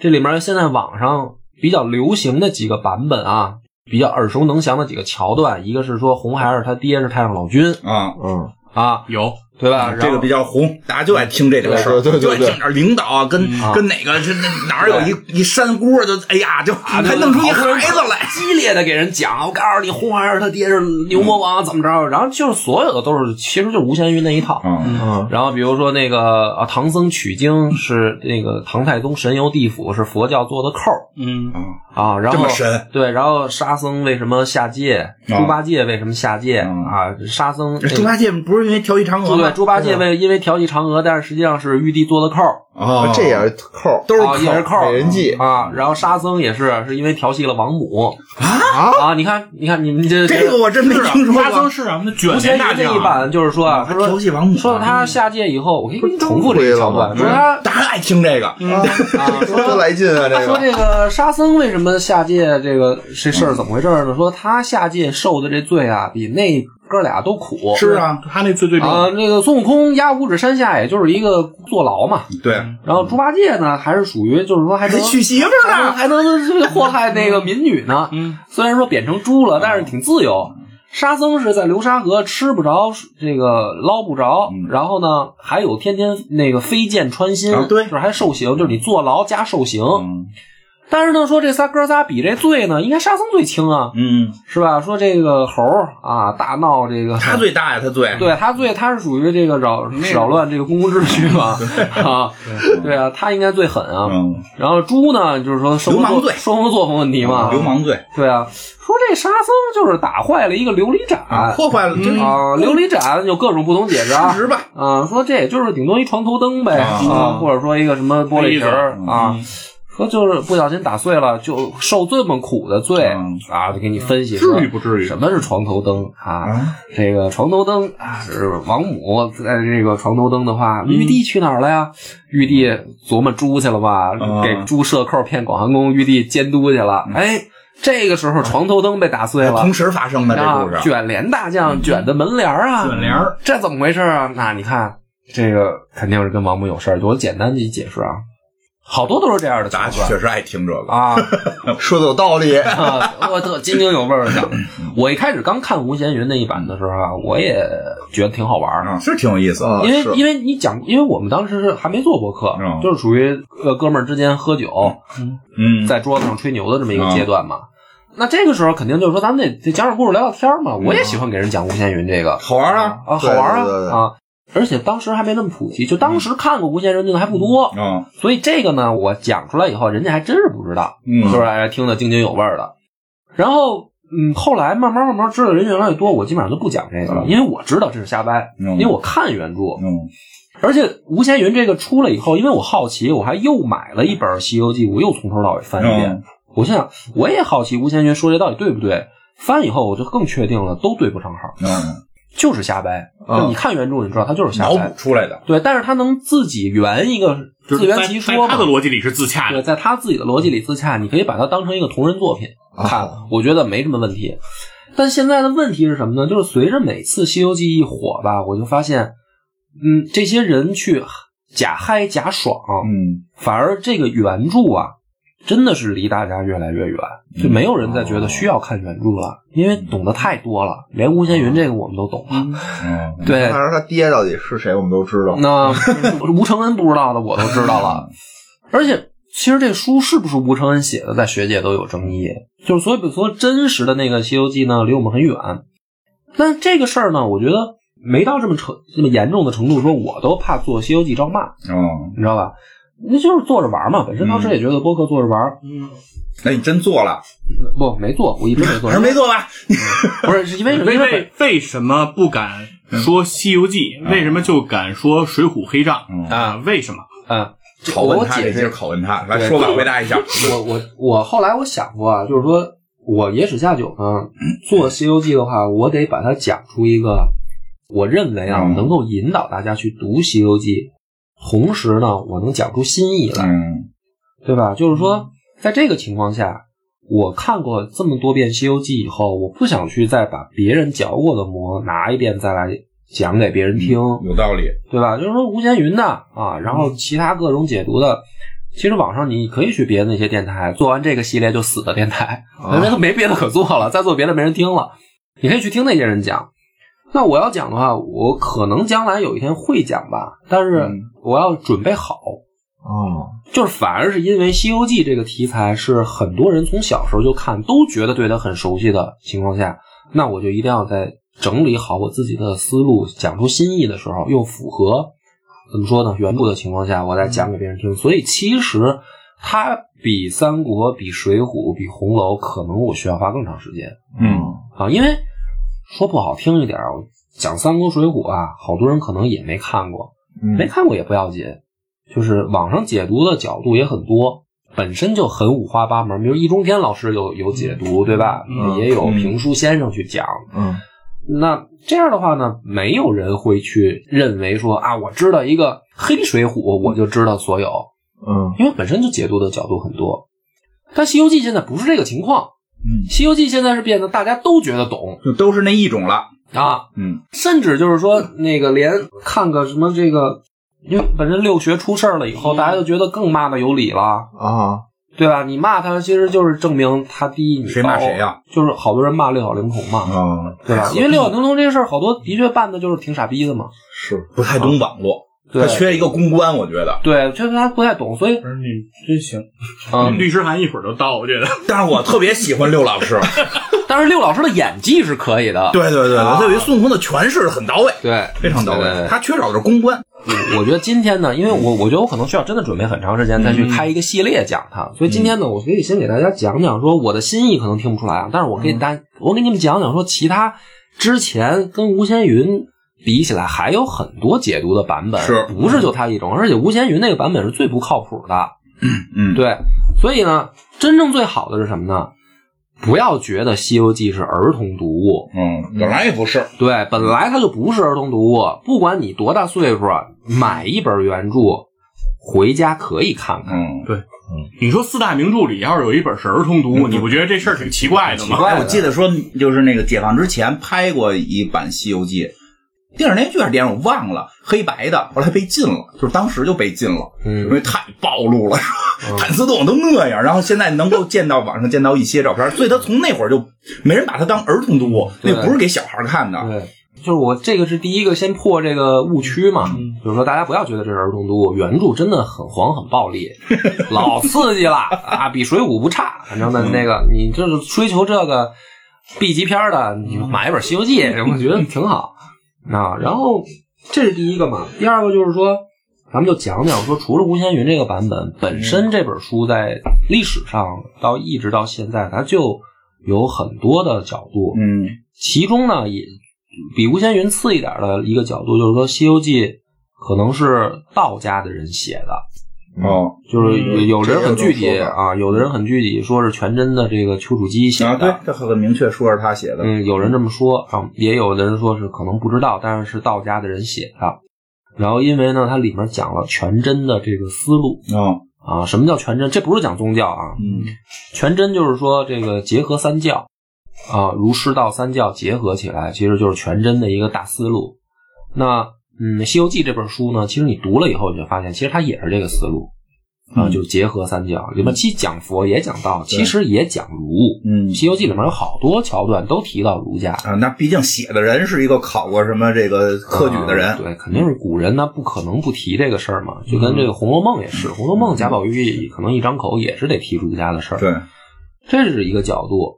[SPEAKER 2] 这里面现在网上比较流行的几个版本啊，比较耳熟能详的几个桥段，一个是说红孩儿他爹是太上老君
[SPEAKER 1] 啊。
[SPEAKER 3] 嗯，
[SPEAKER 2] 啊，
[SPEAKER 4] 有
[SPEAKER 2] 对吧？然后
[SPEAKER 1] 这个比较红，大家就爱听这个事儿，
[SPEAKER 3] 对对对
[SPEAKER 1] 就爱
[SPEAKER 3] 对
[SPEAKER 1] 听点领导啊跟
[SPEAKER 2] 啊
[SPEAKER 1] 跟哪个这那哪儿有一一山姑啊就哎呀，就
[SPEAKER 2] 啊，
[SPEAKER 1] 还弄出一孩子来，
[SPEAKER 2] 激烈的给人讲，我告诉你，红孩儿他爹是牛魔王，怎么着？然后就是所有的都是，其实就是吴闲云那一套。
[SPEAKER 1] 嗯
[SPEAKER 3] 嗯
[SPEAKER 2] 然后比如说那个啊，唐僧取经是那个唐太宗神游地府是佛教做的扣儿
[SPEAKER 4] 嗯
[SPEAKER 2] 啊，然
[SPEAKER 1] 这
[SPEAKER 2] 后
[SPEAKER 1] 么神啊
[SPEAKER 2] 对，然后沙僧为什么下界？猪八戒为什么下界
[SPEAKER 1] 嗯哎
[SPEAKER 2] 啊？沙僧
[SPEAKER 1] 这猪八戒哎不是因为调戏嫦娥
[SPEAKER 2] 对
[SPEAKER 1] 吗？
[SPEAKER 2] 猪八戒为因为调戏嫦娥，但是实际上是玉帝做的扣儿
[SPEAKER 1] 哦
[SPEAKER 3] 这也是扣儿嗯
[SPEAKER 1] 都是
[SPEAKER 2] 啊，也是
[SPEAKER 1] 靠
[SPEAKER 2] 扣儿
[SPEAKER 3] 美人计
[SPEAKER 2] 啊。然后沙僧也是是因为调戏了王母
[SPEAKER 3] 啊，
[SPEAKER 2] 啊。你看，你看你们这
[SPEAKER 1] 这个我真没
[SPEAKER 4] 是啊
[SPEAKER 1] 听，说
[SPEAKER 4] 沙僧
[SPEAKER 1] 过。
[SPEAKER 4] 是啊，那卷
[SPEAKER 2] 吴
[SPEAKER 4] 帘
[SPEAKER 2] 闲
[SPEAKER 4] 大
[SPEAKER 2] 云
[SPEAKER 4] 将
[SPEAKER 2] 这一
[SPEAKER 4] 啊，
[SPEAKER 2] 版就是说啊，他说
[SPEAKER 1] 调戏王母，
[SPEAKER 2] 说到他下界以后，我可以给你重复这个桥段，
[SPEAKER 3] 不
[SPEAKER 2] 说
[SPEAKER 3] 是
[SPEAKER 2] 他
[SPEAKER 1] 大家爱听这个，
[SPEAKER 2] 啊说
[SPEAKER 3] 多来劲啊，这
[SPEAKER 2] 说
[SPEAKER 3] 个
[SPEAKER 2] 这 个沙僧为什么下界这个这事儿怎么回事呢？说他下界受的这罪啊，比那哥俩都苦。
[SPEAKER 1] 是啊，
[SPEAKER 4] 他那最最重
[SPEAKER 2] 啊，那个孙悟空压五指山下，也就是一个坐牢嘛。
[SPEAKER 1] 对，
[SPEAKER 2] 然后猪八戒呢，还是属于就是说
[SPEAKER 1] 还
[SPEAKER 2] 还能
[SPEAKER 1] 嗯 娶媳妇儿
[SPEAKER 2] 还能
[SPEAKER 1] 呢，
[SPEAKER 2] 还能祸害那个民女呢。
[SPEAKER 4] 嗯，
[SPEAKER 2] 虽然说贬成猪了，但是挺自由。沙僧是在流沙河吃不着这个捞不着，
[SPEAKER 1] 嗯
[SPEAKER 2] 然后呢还有天天那个飞剑穿心，
[SPEAKER 1] 啊对
[SPEAKER 2] 就是还受刑，就是你坐牢加受刑。
[SPEAKER 1] 嗯
[SPEAKER 2] 但是呢，说这仨哥仨比这罪呢，应该沙僧最轻啊，
[SPEAKER 1] 嗯，
[SPEAKER 2] 是吧？说这个猴儿啊大闹这个，
[SPEAKER 1] 他最大呀，他最
[SPEAKER 2] 对他罪他是属于这个扰
[SPEAKER 4] 那个
[SPEAKER 2] 扰乱这个公共秩序嘛啊，对啊，他应该最狠啊。
[SPEAKER 1] 嗯，
[SPEAKER 2] 然后猪呢，就是说生
[SPEAKER 1] 流氓
[SPEAKER 2] 活作
[SPEAKER 1] 罪嗯
[SPEAKER 2] 生活作风问题嘛，
[SPEAKER 1] 流氓罪，
[SPEAKER 2] 对啊，说这沙僧就是打坏了一个琉璃盏啊
[SPEAKER 1] 破坏了这
[SPEAKER 4] 嗯
[SPEAKER 2] 琉璃盏有各种不同解释啊
[SPEAKER 1] 事实吧，
[SPEAKER 2] 啊，说这也就是顶多一床头灯呗
[SPEAKER 1] 啊
[SPEAKER 2] 啊，或者说一个什么玻璃瓶儿
[SPEAKER 1] 嗯
[SPEAKER 2] 啊，说就是不小心打碎了，就受这么苦的罪
[SPEAKER 1] 嗯
[SPEAKER 2] 啊，就给你分析
[SPEAKER 4] 至
[SPEAKER 2] 说
[SPEAKER 4] 于不至于？
[SPEAKER 2] 什么是床头灯啊？
[SPEAKER 1] 啊，
[SPEAKER 2] 这个床头灯啊，是王母在这个床头灯的话，
[SPEAKER 1] 嗯
[SPEAKER 2] 玉帝去哪儿了呀？玉帝琢磨猪去了吧？
[SPEAKER 1] 啊嗯
[SPEAKER 2] 给猪设扣骗广寒宫，玉帝监督去了。哎，这个时候床头灯被打碎了
[SPEAKER 1] 哎同。时发生的这
[SPEAKER 2] 啊
[SPEAKER 1] 故，事，嗯
[SPEAKER 2] 卷帘大将卷的门帘儿啊，
[SPEAKER 4] 卷帘儿
[SPEAKER 2] 这怎么回事啊？那你看，这个肯定是跟王母有事儿。我简单的解释啊，好多都是这样的
[SPEAKER 1] 咱
[SPEAKER 2] 桥段
[SPEAKER 1] 确实爱听这个，
[SPEAKER 2] 啊。
[SPEAKER 3] 说的有道理。
[SPEAKER 2] 啊，我特津津有味儿的讲。我一开始刚看吴闲云那一版的时候啊，我也觉得挺好玩儿，
[SPEAKER 1] 啊，是挺有意思的，
[SPEAKER 3] 啊
[SPEAKER 2] 因为
[SPEAKER 3] 是
[SPEAKER 2] 因为你讲，因为我们当时是还没做博客
[SPEAKER 1] 嗯，
[SPEAKER 2] 就是属于呃哥们儿之间喝酒，
[SPEAKER 1] 嗯，
[SPEAKER 2] 在桌子上吹牛的这么一个阶段嘛。那这个时候肯定就是说，咱们得得讲讲故事，聊聊天儿嘛。
[SPEAKER 1] 嗯
[SPEAKER 2] 我也喜欢给人讲吴闲云这个，
[SPEAKER 1] 好玩啊，
[SPEAKER 2] 啊，好
[SPEAKER 3] 对
[SPEAKER 2] 玩儿
[SPEAKER 3] 对对对
[SPEAKER 2] 啊啊！而且当时还没那么普及，就当时看过吴闲云的还不多，
[SPEAKER 1] 嗯
[SPEAKER 2] 所以这个呢，我讲出来以后，人家还真是不知道。
[SPEAKER 1] 嗯，
[SPEAKER 2] 就是大家听得津津有味儿的。然后，嗯，后来慢慢慢慢知道人越来越多，我基本上就不讲这个了，
[SPEAKER 1] 嗯
[SPEAKER 2] 因为我知道这是瞎掰，
[SPEAKER 1] 嗯
[SPEAKER 2] 因为我看原著。
[SPEAKER 1] 嗯
[SPEAKER 2] 而且吴闲云这个出了以后，因为我好奇，我还又买了一本《西游记》，我又从头到尾翻一遍。
[SPEAKER 1] 嗯
[SPEAKER 2] 我心想，我也好奇吴闲云说这到底对不对。翻以后，我就更确定了，都对不上号，
[SPEAKER 1] 嗯，
[SPEAKER 2] 就是瞎掰。
[SPEAKER 3] 嗯
[SPEAKER 2] 就你看原著，你知道他就是瞎
[SPEAKER 1] 脑
[SPEAKER 2] 掰
[SPEAKER 1] 补。出来的，
[SPEAKER 2] 对，但是他能自己圆一个
[SPEAKER 4] 就
[SPEAKER 2] 自
[SPEAKER 4] 是在
[SPEAKER 2] 圆其
[SPEAKER 4] 在
[SPEAKER 2] 说嘛。
[SPEAKER 4] 他的逻辑里是自洽
[SPEAKER 2] 对，
[SPEAKER 4] 的，
[SPEAKER 2] 在他自己的逻辑里自洽，你可以把它当成一个同人作品
[SPEAKER 4] 啊
[SPEAKER 2] 看
[SPEAKER 3] 哦，
[SPEAKER 2] 我觉得没什么问题。但现在的问题是什么呢？就是随着每次《西游记》一火吧，我就发现，嗯，这些人去假嗨假爽，
[SPEAKER 1] 嗯，
[SPEAKER 2] 反而这个原著啊，真的是离大家越来越远，
[SPEAKER 4] 嗯
[SPEAKER 2] 就没有人
[SPEAKER 4] 哦
[SPEAKER 2] 再觉得需要看原著了，因为懂得太多了，连吴闲云这个我们都懂了。
[SPEAKER 1] 嗯
[SPEAKER 2] 对，
[SPEAKER 3] 但是他爹到底是谁，我们都知道。
[SPEAKER 2] 那吴承恩不知道的我都知道了，而且其实这书是不是吴承恩写的，在学界都有争议。就是所以说真实的那个《西游记》呢，离我们很远。但这个事儿呢，我觉得没到这么程这么严重的程度，说我都怕做《西游记》招骂，
[SPEAKER 1] 嗯，
[SPEAKER 2] 你知道吧？那就是做着玩儿嘛，本身当时也觉得播客做着玩儿，
[SPEAKER 1] 嗯那你真做了，
[SPEAKER 2] 不没做，我一直没做
[SPEAKER 1] 还，是没做吧？
[SPEAKER 2] 不是是因为
[SPEAKER 4] 为
[SPEAKER 2] 因为
[SPEAKER 4] 嗯为为什么不敢说《西游记》？为什么就敢说《水浒黑账》
[SPEAKER 1] 嗯
[SPEAKER 4] 啊？为什么？
[SPEAKER 2] 嗯，这
[SPEAKER 1] 拷
[SPEAKER 2] 我
[SPEAKER 1] 问他，
[SPEAKER 2] 解
[SPEAKER 1] 得接
[SPEAKER 2] 释
[SPEAKER 1] 着拷问他，来
[SPEAKER 2] 对
[SPEAKER 1] 说吧，回答一下，
[SPEAKER 2] 我我我后来我想过啊，就是说我野史下酒呢，做《西游记》的话，我得把它讲出一个我认为啊、
[SPEAKER 1] 嗯
[SPEAKER 2] 能够引导大家去读《西游记》，同时呢，我能讲出新意来，
[SPEAKER 1] 嗯
[SPEAKER 2] 对吧？就是说，在这个情况下，我看过这么多遍《西游记》以后，我不想去再把别人嚼过的馍拿一遍再来讲给别人听，
[SPEAKER 1] 有道理，
[SPEAKER 2] 对吧？就是说吴闲云的啊，然后其他各种解读的，其实网上你可以去别的那些电台，做完这个系列就死的电台，
[SPEAKER 3] 啊
[SPEAKER 2] 那、没别的可做了，再做别的没人听了。你可以去听那些人讲。那我要讲的话，我可能将来有一天会讲吧，但是
[SPEAKER 1] 嗯
[SPEAKER 2] 我要准备好。
[SPEAKER 3] 哦，
[SPEAKER 2] 就是反而是因为《西游记》这个题材是很多人从小时候就看，都觉得对它很熟悉的情况下，那我就一定要在整理好我自己的思路，讲出新意的时候，又符合怎么说呢原著的情况下，我再讲给别人听。所以其实它比《三国》、比《水浒》、比《红楼》，可能我需要花更长时间
[SPEAKER 1] 嗯
[SPEAKER 2] 啊，因为说不好听一点儿，我讲《三国》《水浒》啊，好多人可能也没看过。没
[SPEAKER 3] 嗯，
[SPEAKER 2] 看过也不要紧，就是网上解读的角度也很多，本身就很五花八门。比如易中天老师有有解读，对吧？
[SPEAKER 4] 嗯
[SPEAKER 2] 也有
[SPEAKER 1] 嗯
[SPEAKER 2] 评书先生去讲。
[SPEAKER 3] 嗯，
[SPEAKER 2] 那这样的话呢，没有人会去认为说啊，我知道一个黑水浒，我就知道所有，
[SPEAKER 3] 嗯，
[SPEAKER 2] 因为本身就解读的角度很多。但《西游记》现在不是这个情况，
[SPEAKER 1] 嗯
[SPEAKER 2] 《西游记》现在是变得大家都觉得懂
[SPEAKER 1] 就都是那一种了，
[SPEAKER 2] 啊，
[SPEAKER 1] 嗯
[SPEAKER 2] 甚至就是说，那个连看个什么这个，因为本身六学出事儿了以后，大家就觉得更骂的有理了，
[SPEAKER 3] 啊，
[SPEAKER 2] 对吧？你骂他，其实就是证明他低你
[SPEAKER 1] 谁骂谁啊呀、
[SPEAKER 2] 就是好多人骂六小龄童嘛，
[SPEAKER 1] 哦
[SPEAKER 3] 啊，
[SPEAKER 2] 对
[SPEAKER 1] 哎
[SPEAKER 2] 吧？因为六小龄童这事儿，好多的确办的就是挺傻逼的嘛。
[SPEAKER 3] 是
[SPEAKER 1] 不太懂网络，
[SPEAKER 2] 对
[SPEAKER 1] 他缺一个公关，我觉得。
[SPEAKER 2] 对，就是他不太懂，所以
[SPEAKER 4] 不是你真行，
[SPEAKER 2] 嗯，
[SPEAKER 4] 律师函一会儿就到，我觉得。
[SPEAKER 1] 但是我特别喜欢六老师，
[SPEAKER 2] 但是六老师的演技是可以的，
[SPEAKER 1] 对对对对，他对于孙悟空的诠释很到位，
[SPEAKER 2] 对，
[SPEAKER 1] 啊非常到
[SPEAKER 2] 对对
[SPEAKER 1] 位。
[SPEAKER 2] 对
[SPEAKER 1] 他缺少的是公关，
[SPEAKER 2] 嗯我觉得今天呢，因为我我觉得我可能需要真的准备很长时间再
[SPEAKER 1] 嗯
[SPEAKER 2] 去开一个系列讲它，所以今天呢，我可以先给大家讲讲说我的心意可能听不出来啊，但是我可以
[SPEAKER 1] 嗯
[SPEAKER 2] 大、我给你们讲讲说其他之前跟吴先云比起来还有很多解读的版本，
[SPEAKER 1] 是
[SPEAKER 2] 不是就他一种？而且吴先云那个版本是最不靠谱的，
[SPEAKER 1] 嗯
[SPEAKER 2] 对，所以呢，真正最好的是什么呢？不要觉得《西游记》是儿童读物，
[SPEAKER 1] 嗯，本来也不是，
[SPEAKER 2] 对，本来它就不是儿童读物，不管你多大岁数，啊买一本原著回家可以看看。
[SPEAKER 1] 嗯，
[SPEAKER 4] 你说四大名著里要是有一本是儿童读物，你不觉得这事儿挺奇怪的
[SPEAKER 2] 奇
[SPEAKER 4] 吗？
[SPEAKER 2] 怪
[SPEAKER 1] 哎，
[SPEAKER 2] 的
[SPEAKER 1] 我记得说就是那个解放之前拍过一版《西游记》，电视连续剧还是电影我忘了，黑白的，后来被禁了，就是当时就被禁了，因
[SPEAKER 2] 嗯，
[SPEAKER 1] 为太暴露了，谭嗣栋都那样，然后现在能够见到网上见到一些照片，所以他从那会儿就没人把他当儿童读物，
[SPEAKER 2] 对
[SPEAKER 1] 那不是给小孩看的，
[SPEAKER 2] 对，就是我这个是第一个先破这个误区嘛，
[SPEAKER 4] 嗯
[SPEAKER 2] 就是说大家不要觉得这是儿童读物，原著真的很黄很暴力，老刺激了啊，比《水浒》不差。反正呢，那个你就是追求这个 B 级片儿的，你买一本《西游记》，我觉得挺好啊。然后这是第一个嘛，第二个就是说，咱们就讲讲说，除了吴先云这个版本本身，这本书在历史上到一直到现在，它就有很多的角度，
[SPEAKER 1] 嗯
[SPEAKER 2] 其中呢，也比吴先云次一点的一个角度，就是说《西游记》可能是道家的人写的，
[SPEAKER 1] 哦，
[SPEAKER 2] 就是有有人很具
[SPEAKER 3] 嗯这
[SPEAKER 2] 体
[SPEAKER 3] 也有这种说
[SPEAKER 2] 啊，有的人很具体，说是全真的这个丘处机写
[SPEAKER 1] 啊对
[SPEAKER 2] 的，，
[SPEAKER 1] 这很明确说是他写的，
[SPEAKER 2] 嗯，有人这么说啊，也有的人说是可能不知道，但是是道家的人写的。然后因为呢，它里面讲了全真的这个思路
[SPEAKER 1] 哦，
[SPEAKER 2] 啊，什么叫全真？这不是讲宗教啊，
[SPEAKER 1] 嗯
[SPEAKER 2] 全真就是说这个结合三教啊，儒释道三教结合起来，其实就是全真的一个大思路。那嗯，《西游记》这本书呢，其实你读了以后，你就发现其实它也是这个思路啊，
[SPEAKER 1] 嗯
[SPEAKER 2] 就结合三教，里面既讲佛也讲道，其实也讲儒。
[SPEAKER 1] 嗯
[SPEAKER 2] 《西游记》里面有好多桥段都提到儒家。
[SPEAKER 1] 啊，那毕竟写的人是一个考过什么这个科举的人，
[SPEAKER 2] 啊对，肯定是古人，那不可能不提这个事儿嘛。就跟这
[SPEAKER 1] 嗯
[SPEAKER 2] 个《红楼梦》也是，《红楼梦》贾宝玉可能一张口也是得提儒家的事儿。
[SPEAKER 1] 对，
[SPEAKER 2] 这是一个角度。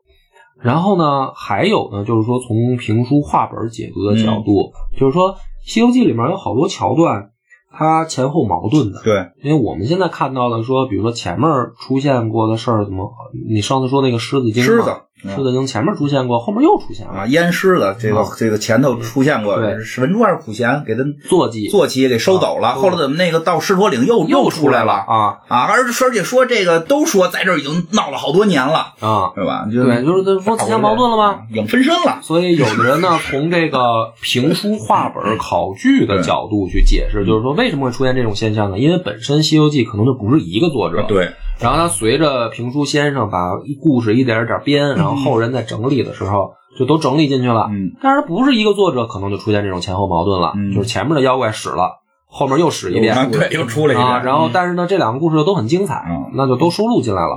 [SPEAKER 2] 然后呢，还有呢，就是说从评书话本解读的角
[SPEAKER 1] 嗯
[SPEAKER 2] 度，就是说《西游记》里面有好多桥段，它前后矛盾的。
[SPEAKER 1] 对，
[SPEAKER 2] 因为我们现在看到的说，比如说前面出现过的事儿，怎么你上次说那个狮子精嘛，
[SPEAKER 1] 狮子嗯
[SPEAKER 2] 狮子精前面出现过，后面又出现了
[SPEAKER 1] 啊，阉尸的这个、
[SPEAKER 2] 啊
[SPEAKER 1] 这个前头出现过，
[SPEAKER 2] 对
[SPEAKER 1] 是文殊还是普贤给他
[SPEAKER 2] 坐骑
[SPEAKER 1] 坐骑给收走了，
[SPEAKER 2] 啊
[SPEAKER 1] 后来怎么那个到狮驼岭又
[SPEAKER 2] 又
[SPEAKER 1] 出
[SPEAKER 2] 出
[SPEAKER 1] 来
[SPEAKER 2] 了
[SPEAKER 1] 了
[SPEAKER 2] 啊
[SPEAKER 1] 啊？而而且说这个都说在这儿已经闹了好多年了，
[SPEAKER 2] 啊！
[SPEAKER 1] 对吧？就
[SPEAKER 2] 对，就是这不自相矛盾了吗？？
[SPEAKER 1] 影分身了，
[SPEAKER 2] 所以有的人呢，从这个评书、话本、考据的角度去解释，就是说为什么会出现这种现象呢？因为本身《西游记》可能就不是一个作者，。
[SPEAKER 1] 对，
[SPEAKER 2] 然后他随着评书先生把故事一点一点编，然后后人在整理的时候就都整理进去了。
[SPEAKER 1] 嗯
[SPEAKER 2] 但是不是一个作者，可能就出现这种前后矛盾了，
[SPEAKER 1] 嗯
[SPEAKER 2] 就是前面的妖怪使了，后面又使一遍，
[SPEAKER 1] 啊对，又出来一遍，
[SPEAKER 2] 啊，然后但是呢，这两个故事都很精彩
[SPEAKER 1] 嗯，
[SPEAKER 2] 那就都收录进来了，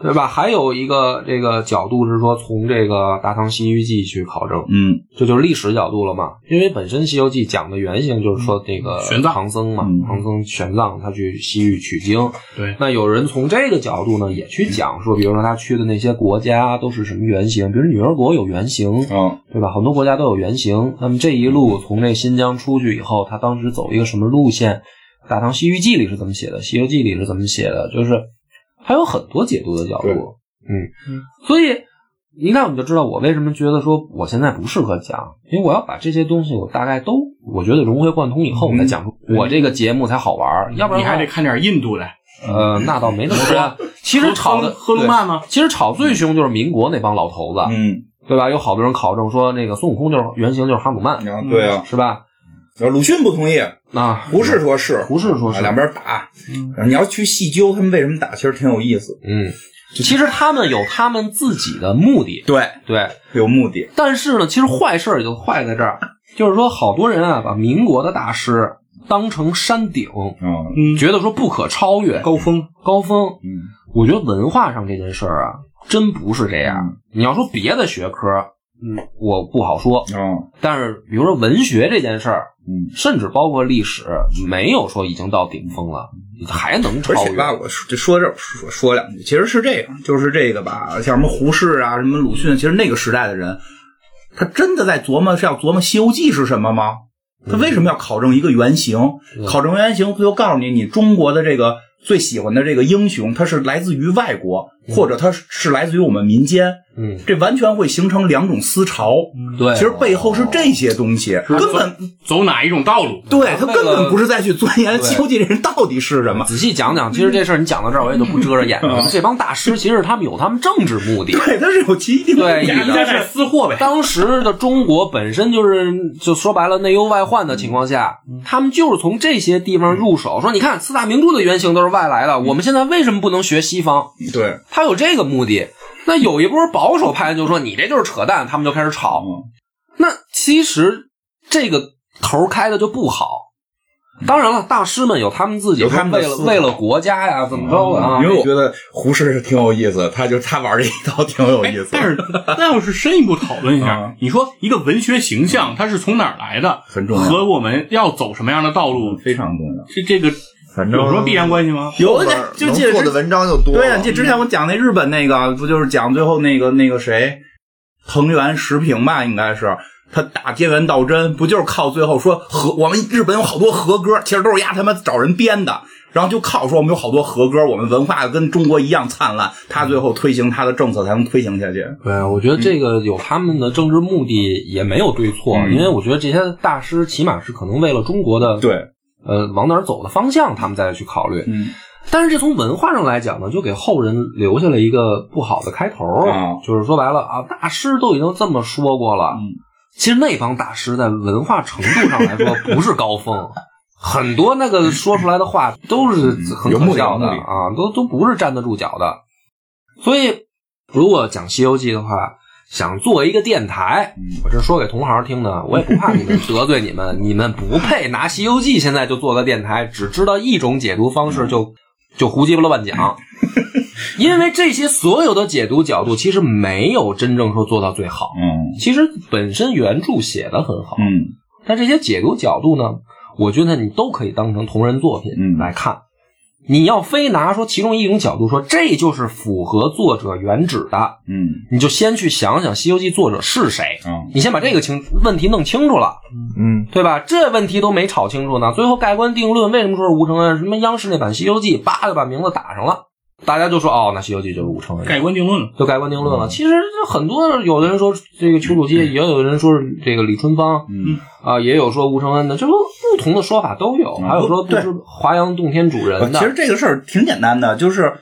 [SPEAKER 2] 对吧？还有一个这个角度是说，从这个《大唐西域记》去考证，
[SPEAKER 1] 嗯
[SPEAKER 2] 这就是历史角度了嘛。因为本身《西游记》讲的原型就是说那个
[SPEAKER 4] 玄奘
[SPEAKER 2] 唐僧嘛
[SPEAKER 1] 嗯，
[SPEAKER 2] 唐僧玄奘他去西域取经，
[SPEAKER 4] 对，
[SPEAKER 2] 那有人从这个角度呢，也去讲说，比如说他去的那些国家啊都是什么原型，比如女儿国有原型，
[SPEAKER 1] 嗯
[SPEAKER 2] 对吧？很多国家都有原型。那么这一路从这新疆出去以后，他当时走一个什么路线？《大唐西域记》里是怎么写的？《西游记》里是怎么写的？就是还有很多解读的角
[SPEAKER 1] 对
[SPEAKER 2] 度。嗯，所以一看我们就知道我为什么觉得说我现在不适合讲，因为我要把这些东西我大概都我觉得融会贯通以
[SPEAKER 1] 嗯
[SPEAKER 2] 后，我再讲出我这个节目才好玩儿。要不然
[SPEAKER 4] 嗯你
[SPEAKER 2] 的话
[SPEAKER 4] 还得看点印度的，
[SPEAKER 2] 呃，那倒没那么多。其实吵的
[SPEAKER 4] 喝喝路曼吗？
[SPEAKER 2] 对其实吵最凶就是民国那帮老头子，
[SPEAKER 1] 嗯，
[SPEAKER 2] 对吧？有好多人考证说，那个孙悟空就是原型就是哈姆曼，
[SPEAKER 1] 然后对啊，
[SPEAKER 2] 是吧？
[SPEAKER 1] 然后鲁迅不同意，
[SPEAKER 2] 啊，
[SPEAKER 1] 胡适说是，嗯
[SPEAKER 2] 胡适说是
[SPEAKER 1] 啊两边打，你要去细究他们为什么打，其实挺有意思，
[SPEAKER 2] 嗯，其实他们有他们自己的目的，
[SPEAKER 1] 对，
[SPEAKER 2] 对。
[SPEAKER 1] 有目的，
[SPEAKER 2] 但是呢，其实坏事儿也就坏在这儿，就是说好多人啊，把民国的大师当成山顶，
[SPEAKER 1] 嗯
[SPEAKER 4] 嗯，
[SPEAKER 2] 觉得说不可超越
[SPEAKER 4] 高峰
[SPEAKER 2] 高峰。
[SPEAKER 1] 嗯
[SPEAKER 2] 我觉得文化上这件事儿啊，真不是这样。
[SPEAKER 1] 嗯
[SPEAKER 2] 你要说别的学科，嗯，我不好说。
[SPEAKER 1] 嗯
[SPEAKER 2] 但是比如说文学这件事儿，
[SPEAKER 1] 嗯，
[SPEAKER 2] 甚至包括历史，没有说已经到顶峰了，还能超
[SPEAKER 1] 嗯而且
[SPEAKER 2] 越。
[SPEAKER 1] 吧，我说就说这儿说说两句，其实是这样，就是这个吧，像什么胡适啊，什么鲁迅，其实那个时代的人，他真的在琢磨是要琢磨《西游记》是什么吗？他为什么要考证一个原型？
[SPEAKER 2] 嗯
[SPEAKER 1] 考证原型，他就告诉你，你中国的这个最喜欢的这个英雄，他是来自于外国，或者他是是来自于我们民间，
[SPEAKER 2] 嗯，
[SPEAKER 1] 这完全会形成两种思潮。
[SPEAKER 2] 对，
[SPEAKER 1] 其实背后是这些东西，根本
[SPEAKER 4] 走哪一种道路？
[SPEAKER 1] 对他
[SPEAKER 2] 哦为
[SPEAKER 1] 根本
[SPEAKER 2] 了
[SPEAKER 1] 不是在去钻研《
[SPEAKER 2] 对
[SPEAKER 1] 西游记》这人到底是什么。
[SPEAKER 2] 仔细讲讲，其实这事儿你讲到这儿，我也就不遮着 眼了。这帮大师其实他们有他们政治目的。
[SPEAKER 1] 对，他是有其一定
[SPEAKER 2] 对
[SPEAKER 1] 目的
[SPEAKER 4] 大
[SPEAKER 1] 的
[SPEAKER 2] 一个
[SPEAKER 4] 家在私货呗。
[SPEAKER 2] 当时的中国本身就是，就说白了内忧外患的情况下，
[SPEAKER 1] 嗯
[SPEAKER 2] 他们就是从这些地方入手，说你看四大名著的原型都是外来
[SPEAKER 1] 嗯
[SPEAKER 2] 的，我们现在为什么不能学西方？
[SPEAKER 1] 对，
[SPEAKER 2] 他有这个目的。那有一波保守派就说你这就是扯淡，他们就开始吵。
[SPEAKER 1] 嗯
[SPEAKER 2] 那其实这个头开的就不好。当然了，大师们有他们自
[SPEAKER 1] 嗯
[SPEAKER 2] 己
[SPEAKER 1] 有他们的
[SPEAKER 2] 为了
[SPEAKER 1] 思考嗯
[SPEAKER 2] 为了国家呀怎么着的啊？
[SPEAKER 1] 因为我觉得胡适是挺有意思，他就他玩这一套挺有意思，
[SPEAKER 4] 但是，那要是深一步讨论一下
[SPEAKER 1] 啊，
[SPEAKER 4] 你说一个文学形象它是从哪儿来的，
[SPEAKER 1] 很重要嗯
[SPEAKER 4] 和我们要走什么样的道路，
[SPEAKER 1] 非常重要。
[SPEAKER 4] 这这个
[SPEAKER 3] 反正
[SPEAKER 4] 有什么必然关系吗？
[SPEAKER 1] 有
[SPEAKER 3] 后边
[SPEAKER 1] 的
[SPEAKER 3] 儿
[SPEAKER 1] 就
[SPEAKER 3] 能
[SPEAKER 1] 记得
[SPEAKER 3] 做
[SPEAKER 1] 之
[SPEAKER 3] 的文章就多了。
[SPEAKER 1] 对呀，记得之前我讲那日本那个，不就是讲最后那个那个谁，藤原时平吧，应该是。他打天元道真，不就是靠最后说和我们日本有好多和歌，其实都是丫他妈找人编的，然后就靠说我们有好多和歌，我们文化跟中国一样灿烂，他最后推行他的政策才能推行下去。
[SPEAKER 2] 对，啊我觉得这个有他们的政治目的，也没有对错，
[SPEAKER 1] 嗯
[SPEAKER 2] 因为我觉得这些大师起码是可能为了中国的
[SPEAKER 1] 对，
[SPEAKER 2] 呃往哪儿走的方向，他们再去考虑。
[SPEAKER 1] 嗯，
[SPEAKER 2] 但是这从文化上来讲呢，就给后人留下了一个不好的开头，
[SPEAKER 1] 啊
[SPEAKER 2] 就是说白了啊，大师都已经这么说过了，
[SPEAKER 1] 嗯
[SPEAKER 2] 其实那帮大师在文化程度上来说不是高峰。很多那个说出来的话都是
[SPEAKER 1] 嗯
[SPEAKER 2] 很
[SPEAKER 1] 有目
[SPEAKER 2] 可
[SPEAKER 1] 的
[SPEAKER 2] 笑的
[SPEAKER 1] 有目的
[SPEAKER 2] 啊，都都不是站得住脚的。所以，如果讲《西游记》的话，想做一个电台，
[SPEAKER 1] 嗯
[SPEAKER 2] 我这说给同行听的，我也不怕你们得罪你们，你们不配拿《西游记》现在就做个电台，只知道一种解读方
[SPEAKER 1] 嗯
[SPEAKER 2] 式就就胡鸡巴乱讲， 因为这些所有的解读角度其实没有真正说做到最好，
[SPEAKER 1] 嗯
[SPEAKER 2] 其实本身原著写的很好，
[SPEAKER 1] 嗯，
[SPEAKER 2] 但这些解读角度呢，我觉得你都可以当成同人作品
[SPEAKER 1] 嗯
[SPEAKER 2] 来看。你要非拿说其中一种角度说这就是符合作者原旨的，
[SPEAKER 1] 嗯
[SPEAKER 2] 你就先去想想《西游记》作者是谁，
[SPEAKER 1] 嗯
[SPEAKER 2] 你先把这个清问题弄清楚了，
[SPEAKER 3] 嗯，
[SPEAKER 2] 对吧？这问题都没吵清楚呢，最后盖棺定论，为什么说是吴承恩？什么央视那版《西游记》，叭就把名字打上了，大家就说哦，那《西游记》就是吴承恩。
[SPEAKER 4] 盖棺定论了。
[SPEAKER 2] 就盖棺定
[SPEAKER 1] 嗯
[SPEAKER 2] 论了。其实很多有的人说这个丘处机，也有人说是这个李春芳，
[SPEAKER 1] 嗯
[SPEAKER 2] 啊、也有说吴承恩的，就是不同的说法都有。还有说不
[SPEAKER 1] 对
[SPEAKER 2] 是华阳洞天主人的，
[SPEAKER 1] 呃其实这个事儿挺简单的，就是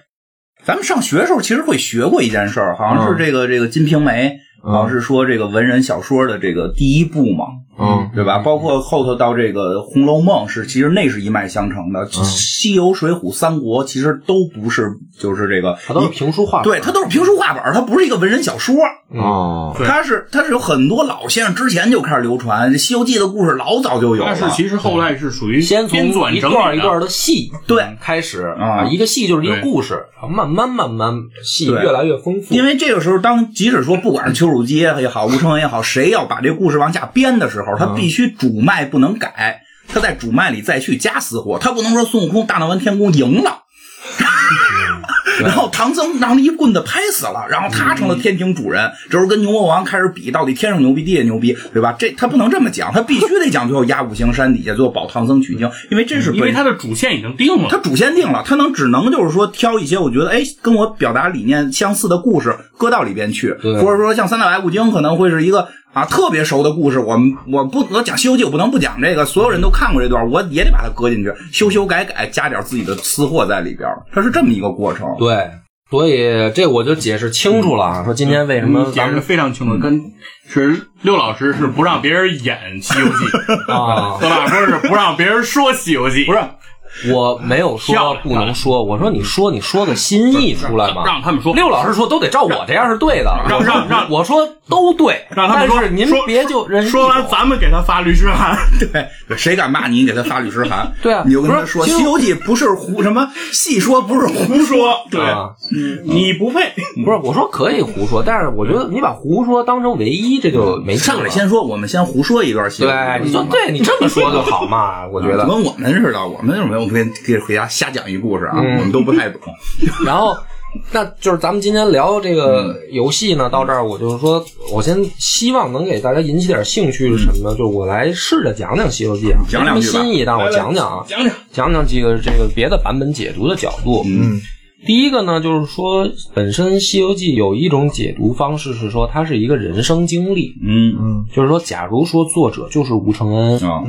[SPEAKER 1] 咱们上学的时候其实会学过一件事儿，好像
[SPEAKER 2] 嗯
[SPEAKER 1] 是这个、这个《金瓶梅》，好像是说这个文人小说的这个第一部嘛，
[SPEAKER 2] 嗯，
[SPEAKER 1] 对吧？包括后头到这个《红楼梦》是，其实那是一脉相承的，
[SPEAKER 2] 嗯
[SPEAKER 1] 西游》《水浒》《三国》其实都不是，就是这个
[SPEAKER 2] 它都是评书画本
[SPEAKER 1] 对，它都是评书画本儿，它不是一个文人小说。
[SPEAKER 3] 哦，
[SPEAKER 4] 对
[SPEAKER 1] 它是它是有很多老先生之前就开始流传，这《西游记》的故事老早就有
[SPEAKER 2] 啊
[SPEAKER 1] 了。
[SPEAKER 4] 但是其实后来是属于
[SPEAKER 2] 先从
[SPEAKER 4] 编纂
[SPEAKER 2] 一
[SPEAKER 4] 整
[SPEAKER 2] 段
[SPEAKER 4] 理
[SPEAKER 2] 一
[SPEAKER 4] 的，
[SPEAKER 2] 段的戏
[SPEAKER 1] 对
[SPEAKER 2] 开始
[SPEAKER 1] 啊
[SPEAKER 2] 一个戏就是一个
[SPEAKER 4] 对
[SPEAKER 2] 故事，慢慢慢慢戏
[SPEAKER 1] 对
[SPEAKER 2] 越来越丰富。
[SPEAKER 1] 因为这个时候，当即使说不管是丘处机也好，吴承恩也好，谁要把这故事往下编的时候，
[SPEAKER 4] 嗯
[SPEAKER 1] 他必须主脉不能改，他在主脉里再去加私货，他不能说孙悟空大闹完天宫赢了。
[SPEAKER 4] 嗯
[SPEAKER 1] 然后唐僧让他一棍子拍死了，然后他成了
[SPEAKER 4] 嗯
[SPEAKER 1] 天庭主人，这时候跟牛魔王开始比，到底天上牛逼地下牛逼，对吧？这他不能这么讲，他必须得讲最后压五行山底下，最后保唐僧取经，因为这是
[SPEAKER 4] 嗯因为
[SPEAKER 1] 本
[SPEAKER 4] 它的主线已经定了
[SPEAKER 1] 它。主线定了，它能只能就是说挑一些我觉得哎跟我表达理念相似的故事搁到里边去，
[SPEAKER 2] 对
[SPEAKER 1] 或者说像三打白骨精可能会是一个啊特别熟的故事，我们我不我讲《西游记》我不能不讲这个，所有人都看过这段，我也得把它搁进去，修修改改加点自己的私货在里边，它是这么一个过程。
[SPEAKER 2] 对，所以这我就解释清楚了
[SPEAKER 1] 嗯
[SPEAKER 2] 啊，说今天为什么
[SPEAKER 4] 解
[SPEAKER 2] 咱
[SPEAKER 4] 释的
[SPEAKER 2] 们嗯
[SPEAKER 4] 非常清楚，跟是六老师是不让别人演《西游记》
[SPEAKER 2] 啊
[SPEAKER 4] 何老师是不让别人说《西游记》，
[SPEAKER 2] 不是我没有
[SPEAKER 4] 漂
[SPEAKER 2] 说
[SPEAKER 4] 亮
[SPEAKER 2] 不能说，我说你说你说个新意出来嘛。
[SPEAKER 4] 让他们说
[SPEAKER 2] 六老师说都得照我这样是对的，
[SPEAKER 4] 让
[SPEAKER 2] 我说
[SPEAKER 4] 让让
[SPEAKER 2] 我说都对，
[SPEAKER 4] 让他们说
[SPEAKER 2] 但是您
[SPEAKER 4] 说
[SPEAKER 2] 别就人
[SPEAKER 4] 说完，咱们给他发律师函。
[SPEAKER 1] 对，谁敢骂你，你给他发律师函。
[SPEAKER 2] 对啊
[SPEAKER 1] 你就跟他说，
[SPEAKER 2] 不
[SPEAKER 1] 《
[SPEAKER 2] 是
[SPEAKER 1] 西游记》不是胡什么细说，不是胡
[SPEAKER 4] 胡说，对，
[SPEAKER 2] 啊，
[SPEAKER 4] 你不配。
[SPEAKER 2] 不是我说可以胡说，但是我觉得你把胡说当成唯一，这就没劲
[SPEAKER 1] 上来
[SPEAKER 2] 了。
[SPEAKER 1] 先说，我们先胡说一段戏。
[SPEAKER 2] 对，你就
[SPEAKER 4] 嗯
[SPEAKER 2] 对你这么说就好嘛，我觉
[SPEAKER 1] 就
[SPEAKER 2] 得。
[SPEAKER 1] 跟我们似的，我们有没有跟给回家瞎讲一故事啊？
[SPEAKER 2] 嗯
[SPEAKER 1] 我们都不太懂。
[SPEAKER 2] 然后，那就是咱们今天聊这
[SPEAKER 4] 嗯
[SPEAKER 2] 个游戏呢，到这儿我就是说，我先希望能给大家引起点兴趣是什么呢？就是我来试着讲讲《西游记》啊，
[SPEAKER 1] 讲两
[SPEAKER 2] 没
[SPEAKER 1] 句
[SPEAKER 2] 什
[SPEAKER 1] 吧
[SPEAKER 2] 么新意，但是我讲讲啊，
[SPEAKER 4] 讲讲
[SPEAKER 2] 讲讲几个这个别的版本解读的角度。
[SPEAKER 1] 嗯，
[SPEAKER 2] 第一个呢，就是说本身《西游记》有一种解读方式是说它是一个人生经历，
[SPEAKER 1] 嗯
[SPEAKER 2] 就是说，假如说作者就是吴承恩，
[SPEAKER 1] 啊，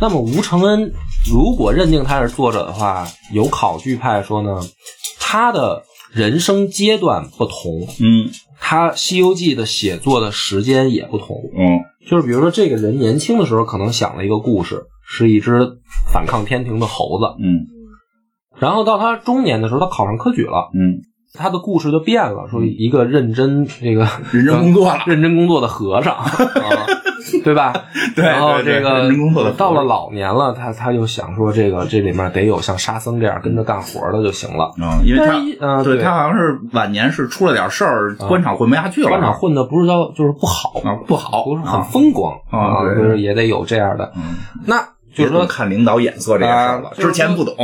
[SPEAKER 2] 那么吴承恩如果认定他是作者的话，有考据派说呢，他的人生阶段不同，
[SPEAKER 1] 嗯
[SPEAKER 2] 他《西游记》的写作的时间也不同。
[SPEAKER 1] 嗯
[SPEAKER 2] 就是比如说，这个人年轻的时候可能想了一个故事，是一只反抗天庭的猴子，
[SPEAKER 1] 嗯
[SPEAKER 2] 然后到他中年的时候，他考上科举了，
[SPEAKER 1] 嗯，
[SPEAKER 2] 他的故事就变了，说一个认真这个
[SPEAKER 1] 认真工作了。
[SPEAKER 2] 认真工作的和 尚，啊、对吧？
[SPEAKER 1] 对
[SPEAKER 2] 然后
[SPEAKER 1] 对对
[SPEAKER 2] 这个
[SPEAKER 1] 认真工作的和尚
[SPEAKER 2] 到了老年了，他他就想说，这个这里面得有像沙僧这样跟着干活的就行了。
[SPEAKER 1] 啊，因为
[SPEAKER 2] 但一
[SPEAKER 1] 他
[SPEAKER 2] 啊
[SPEAKER 1] 对
[SPEAKER 2] 对啊
[SPEAKER 1] 他好像是晚年是出了点事儿，官场混不下去了，
[SPEAKER 2] 官场混的不是叫就是不好，
[SPEAKER 1] 啊不好，
[SPEAKER 2] 不是很风光
[SPEAKER 1] 啊对
[SPEAKER 2] 就是也得有这样的。
[SPEAKER 1] 嗯
[SPEAKER 2] 那
[SPEAKER 1] 就是
[SPEAKER 2] 就
[SPEAKER 1] 是说
[SPEAKER 2] 说，
[SPEAKER 1] 看领导眼色这件事儿了
[SPEAKER 2] 啊，就是
[SPEAKER 1] 之前不懂，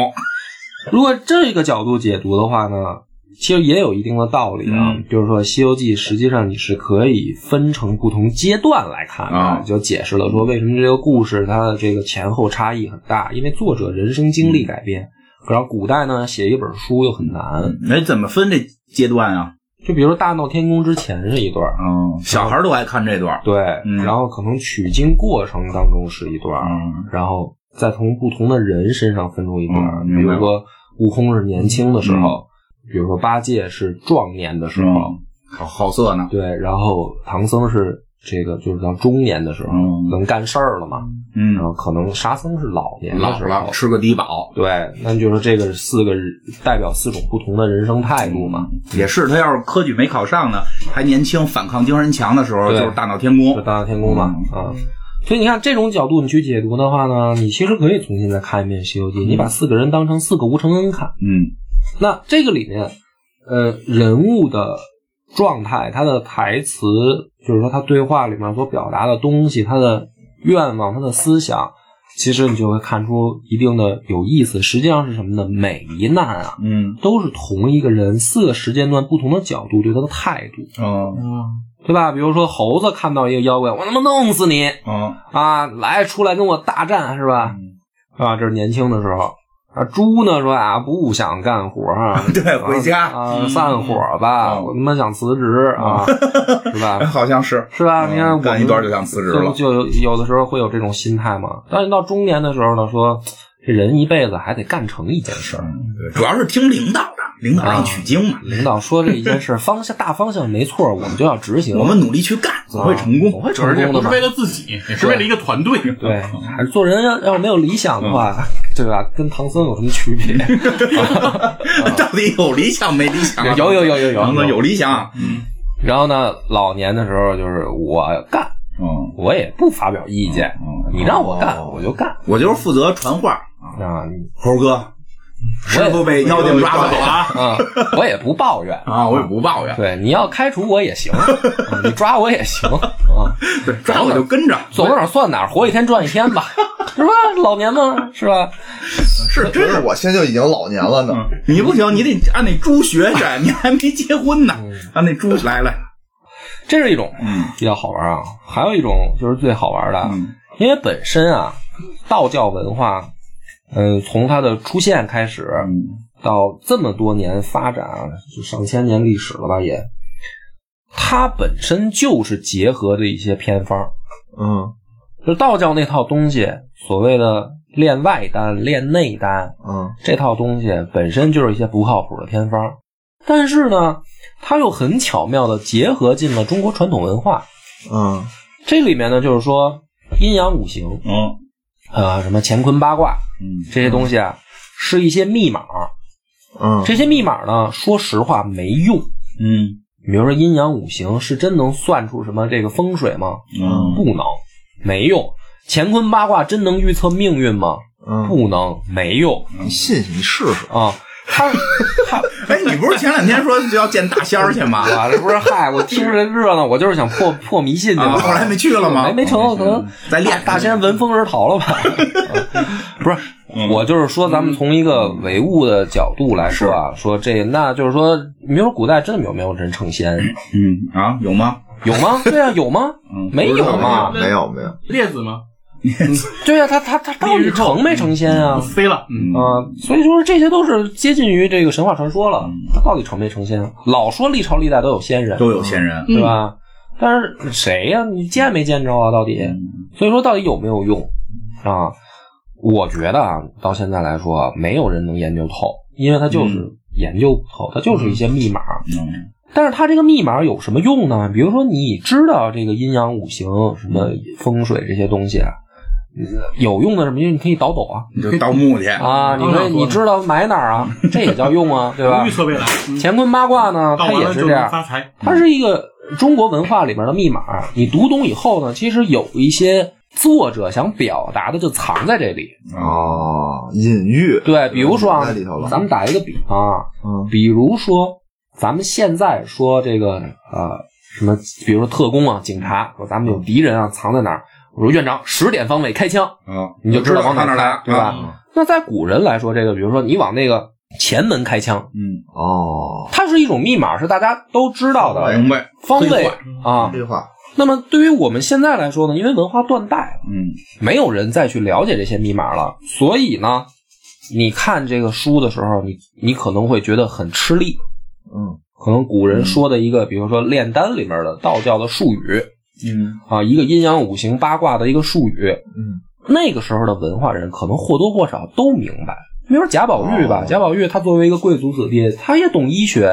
[SPEAKER 2] 如果这个角度解读的话呢，其实也有一定的道理啊。
[SPEAKER 1] 嗯
[SPEAKER 2] 就是说，《西游记》实际上你是可以分成不同阶段来看的，
[SPEAKER 1] 啊
[SPEAKER 2] 就解释了说为什么这个故事它的这个前后差异很大，因为作者人生经历改变。然后古代呢，写一本书又很难，
[SPEAKER 1] 哎，怎么分这阶段啊？
[SPEAKER 2] 就比如说大闹天宫之前是一段儿，
[SPEAKER 1] 嗯，小孩儿都爱看这段儿，
[SPEAKER 2] 对，
[SPEAKER 1] 嗯
[SPEAKER 2] 然后可能取经过程当中是一段儿，
[SPEAKER 1] 嗯
[SPEAKER 2] 然后再从不同的人身上分出一段儿，
[SPEAKER 1] 嗯
[SPEAKER 2] 比
[SPEAKER 1] 明白嗯
[SPEAKER 2] 如说悟空是年轻的时候，比如说八戒是壮年的时
[SPEAKER 1] 是
[SPEAKER 2] 候，
[SPEAKER 1] 吗？好好色呢，
[SPEAKER 2] 对，然后唐僧是这个就是到中年的时候、
[SPEAKER 1] 嗯
[SPEAKER 2] 能干事儿了嘛，
[SPEAKER 1] 嗯
[SPEAKER 2] 然，后可能沙僧是老年的
[SPEAKER 1] 老
[SPEAKER 2] 时
[SPEAKER 1] 了
[SPEAKER 2] 候，
[SPEAKER 1] 吃个低保，
[SPEAKER 2] 对，那就是这个四个人代表四种不同的人生态
[SPEAKER 1] 嗯
[SPEAKER 2] 度嘛，
[SPEAKER 1] 也是他要是科举没考上呢，还年轻，反抗精神强的时候，就
[SPEAKER 2] 对
[SPEAKER 1] 是大闹天宫
[SPEAKER 2] 就，大闹天宫嘛，
[SPEAKER 1] 嗯
[SPEAKER 2] 啊。所以你看，这种角度你去解读的话呢，你其实可以重新再看一遍《西游记》，你把四个人当成四个吴承恩看。
[SPEAKER 1] 嗯
[SPEAKER 2] 那这个里面，呃，人物的状态、他的台词，就是说他对话里面所表达的东西、他的愿望、他的思想，其实你就会看出一定的有意思。实际上是什么呢？每一难啊，
[SPEAKER 1] 嗯
[SPEAKER 2] 都是同一个人四个时间段不同的角度对他的态度，
[SPEAKER 1] 嗯
[SPEAKER 2] 对吧？比如说猴子看到一个妖怪，我他妈弄死你！
[SPEAKER 1] 嗯
[SPEAKER 2] 啊，来出来跟我大战是吧？啊，这是年轻的时候。啊，猪呢说啊，不想干活啊，
[SPEAKER 1] 对
[SPEAKER 2] 啊
[SPEAKER 1] 回家
[SPEAKER 2] 啊，散伙吧，
[SPEAKER 1] 嗯
[SPEAKER 2] 我他妈想辞职啊， 是吧
[SPEAKER 1] 哎，？ 好像是
[SPEAKER 2] 是吧？
[SPEAKER 1] 嗯
[SPEAKER 2] 你看我
[SPEAKER 1] 干
[SPEAKER 2] 们
[SPEAKER 1] 一段就想辞职了
[SPEAKER 2] 就就有有的时候会有这种心态嘛。但是到中年的时候呢，说这人一辈子还得干成一件事儿。
[SPEAKER 1] 对主要是听领导的，领导让取经嘛，
[SPEAKER 2] 领导说这一件事儿方向大方向没错，我们就要执行。
[SPEAKER 1] 我们努力去干，总会成
[SPEAKER 2] 总
[SPEAKER 1] 功。
[SPEAKER 2] 会成
[SPEAKER 4] 而且
[SPEAKER 2] 功的
[SPEAKER 4] 不是
[SPEAKER 2] 嘛
[SPEAKER 4] 为。了自己，也是为了一个团队。
[SPEAKER 2] 对，还是做人要要是没有理想的
[SPEAKER 1] 嗯
[SPEAKER 2] 话，对吧？跟唐僧有什么区别？
[SPEAKER 1] 到底有理想没理想啊？
[SPEAKER 2] 有有有有有
[SPEAKER 1] 杨哥有理想，啊
[SPEAKER 2] 然后呢，老年的时候就是我干，
[SPEAKER 1] 嗯，
[SPEAKER 2] 我也不发表意见，
[SPEAKER 1] 嗯
[SPEAKER 2] 你让我干
[SPEAKER 3] 哦
[SPEAKER 2] 我就干
[SPEAKER 1] 我就是负责传话。
[SPEAKER 2] 啊你
[SPEAKER 1] 猴哥，
[SPEAKER 2] 我
[SPEAKER 1] 师
[SPEAKER 2] 也
[SPEAKER 1] 傅被妖精抓走了。
[SPEAKER 2] 啊，我也不抱怨
[SPEAKER 1] 啊，我也不抱怨，
[SPEAKER 2] 对，你要开除我也 行，啊你抓我也行啊，
[SPEAKER 1] 对，抓我就跟着，
[SPEAKER 2] 走哪儿算哪儿，活一天赚一天吧，是吧？老年嘛，是吧？
[SPEAKER 1] 是
[SPEAKER 3] 真
[SPEAKER 1] 真
[SPEAKER 3] 是
[SPEAKER 1] 是。
[SPEAKER 3] 我现在就已经老年了呢。
[SPEAKER 1] 你不行，你得按那猪学去，你还没结婚呢，按那猪来来，
[SPEAKER 2] 这是一种
[SPEAKER 1] 嗯
[SPEAKER 2] 比较好玩啊，还有一种就是最好玩的，啊
[SPEAKER 1] 嗯
[SPEAKER 2] 因为本身啊，道教文化，嗯、从它的出现开始，
[SPEAKER 1] 嗯
[SPEAKER 2] 到这么多年发展啊，就上千年历史了吧也，它本身就是结合的一些偏方，
[SPEAKER 3] 嗯
[SPEAKER 2] 就是道教那套东西，所谓的练外丹、练内丹
[SPEAKER 3] 嗯
[SPEAKER 2] 这套东西本身就是一些不靠谱的偏方，但是呢，它又很巧妙的结合进了中国传统文化，
[SPEAKER 3] 嗯
[SPEAKER 2] 这里面呢就是说阴阳五行
[SPEAKER 1] 嗯
[SPEAKER 2] 啊、呃什么乾坤八卦
[SPEAKER 1] 嗯
[SPEAKER 2] 这些东西啊，是一些密码。
[SPEAKER 3] 嗯
[SPEAKER 2] 这些密码呢，说实话没用。
[SPEAKER 1] 嗯
[SPEAKER 2] 比如说阴阳五行，是真能算出什么这个风水吗？
[SPEAKER 1] 嗯
[SPEAKER 2] 不能，没用。乾坤八卦真能预测命运吗？
[SPEAKER 3] 嗯，
[SPEAKER 2] 不能，没用
[SPEAKER 3] 你信信，你试试。
[SPEAKER 2] 啊。他他
[SPEAKER 1] 哎，你不是前两天说就要见大仙儿去 吗？
[SPEAKER 2] 我这不是嗨，我听着热闹，我就是想破破迷信去
[SPEAKER 1] 啊，
[SPEAKER 2] 了。
[SPEAKER 1] 后来没去了吗？
[SPEAKER 2] 没没成，可能
[SPEAKER 1] 再练
[SPEAKER 2] 大仙闻风而逃了吧？ 不是，我就是说，咱们从一个唯物的角度来说啊，说这那就是说，你说古代真的有没有人成仙？
[SPEAKER 1] 嗯啊，有吗？
[SPEAKER 2] 有吗？对啊，有吗？
[SPEAKER 1] 嗯
[SPEAKER 2] 没有嘛
[SPEAKER 4] 不知道？
[SPEAKER 3] 没有没有，
[SPEAKER 4] 列子吗？
[SPEAKER 2] 对呀、啊，他他他到底成没成仙啊？
[SPEAKER 4] 飞了，嗯，
[SPEAKER 2] 啊、所以说这些都是接近于这个神话传说了
[SPEAKER 1] 嗯。
[SPEAKER 2] 他到底成没成仙？老说历朝历代都有仙人，
[SPEAKER 1] 都有仙人。
[SPEAKER 2] 对吧？但是谁呀、你见没见着啊？到底？所以说到底有没有用啊？我觉得啊，到现在来说啊，没有人能研究透，因为它就是研究不透，它就是一些密码。
[SPEAKER 1] 嗯
[SPEAKER 2] 但是它这个密码有什么用呢？比如说你知道这个阴阳五行、什么风水这些东西啊，有用的什么？因为你可以倒斗啊
[SPEAKER 1] 你就盗墓去
[SPEAKER 2] 啊，你可以
[SPEAKER 4] 嗯
[SPEAKER 2] 你知道埋哪儿 啊，这也叫用啊，对吧
[SPEAKER 4] 预？测未来，嗯
[SPEAKER 2] 乾坤八卦呢，
[SPEAKER 4] 到
[SPEAKER 2] 它
[SPEAKER 4] 完
[SPEAKER 2] 也
[SPEAKER 4] 了
[SPEAKER 2] 是
[SPEAKER 4] 就
[SPEAKER 2] 这样
[SPEAKER 4] 能，发财。
[SPEAKER 2] 它是一个中国文化里面的密码。你读懂以后呢，其实有一些作者想表达的就藏在这里。
[SPEAKER 1] 啊，
[SPEAKER 3] 哦，隐喻。
[SPEAKER 2] 对，比如说啊
[SPEAKER 3] 在里头，了
[SPEAKER 2] 咱们打一个比方，啊
[SPEAKER 3] 嗯
[SPEAKER 2] 比如说咱们现在说这个呃什么，比如说特工啊、警察，说咱们有敌人啊，藏在哪儿？我说院长，十点方位开枪，
[SPEAKER 1] 嗯
[SPEAKER 2] 你就知道往哪
[SPEAKER 1] 哪
[SPEAKER 2] 儿
[SPEAKER 1] 来
[SPEAKER 2] 开，，对吧？
[SPEAKER 3] 嗯
[SPEAKER 1] 啊？
[SPEAKER 2] 那在古人来说，这个比如说你往那个前门开枪，
[SPEAKER 1] 嗯，
[SPEAKER 3] 哦，
[SPEAKER 2] 它是一种密码，是大家都知道的
[SPEAKER 1] 明白。
[SPEAKER 2] 方
[SPEAKER 1] 规
[SPEAKER 2] 位
[SPEAKER 1] 划
[SPEAKER 2] 啊。
[SPEAKER 3] 这话
[SPEAKER 2] 那么对于我们现在来说呢，因为文化断代了，
[SPEAKER 1] 嗯
[SPEAKER 2] 没有人再去了解这些密码了，所以呢，你看这个书的时候，你你可能会觉得很吃力。
[SPEAKER 3] 嗯
[SPEAKER 2] 可能古人说的一个，比如说炼丹里面的道教的术语
[SPEAKER 1] 嗯
[SPEAKER 2] 啊，一个阴阳五行八卦的一个术语，
[SPEAKER 3] 嗯
[SPEAKER 2] 那个时候的文化人可能或多或少都明白。比如说贾宝玉吧，
[SPEAKER 3] 哦
[SPEAKER 2] 贾宝玉他作为一个贵族子弟，他也懂医学，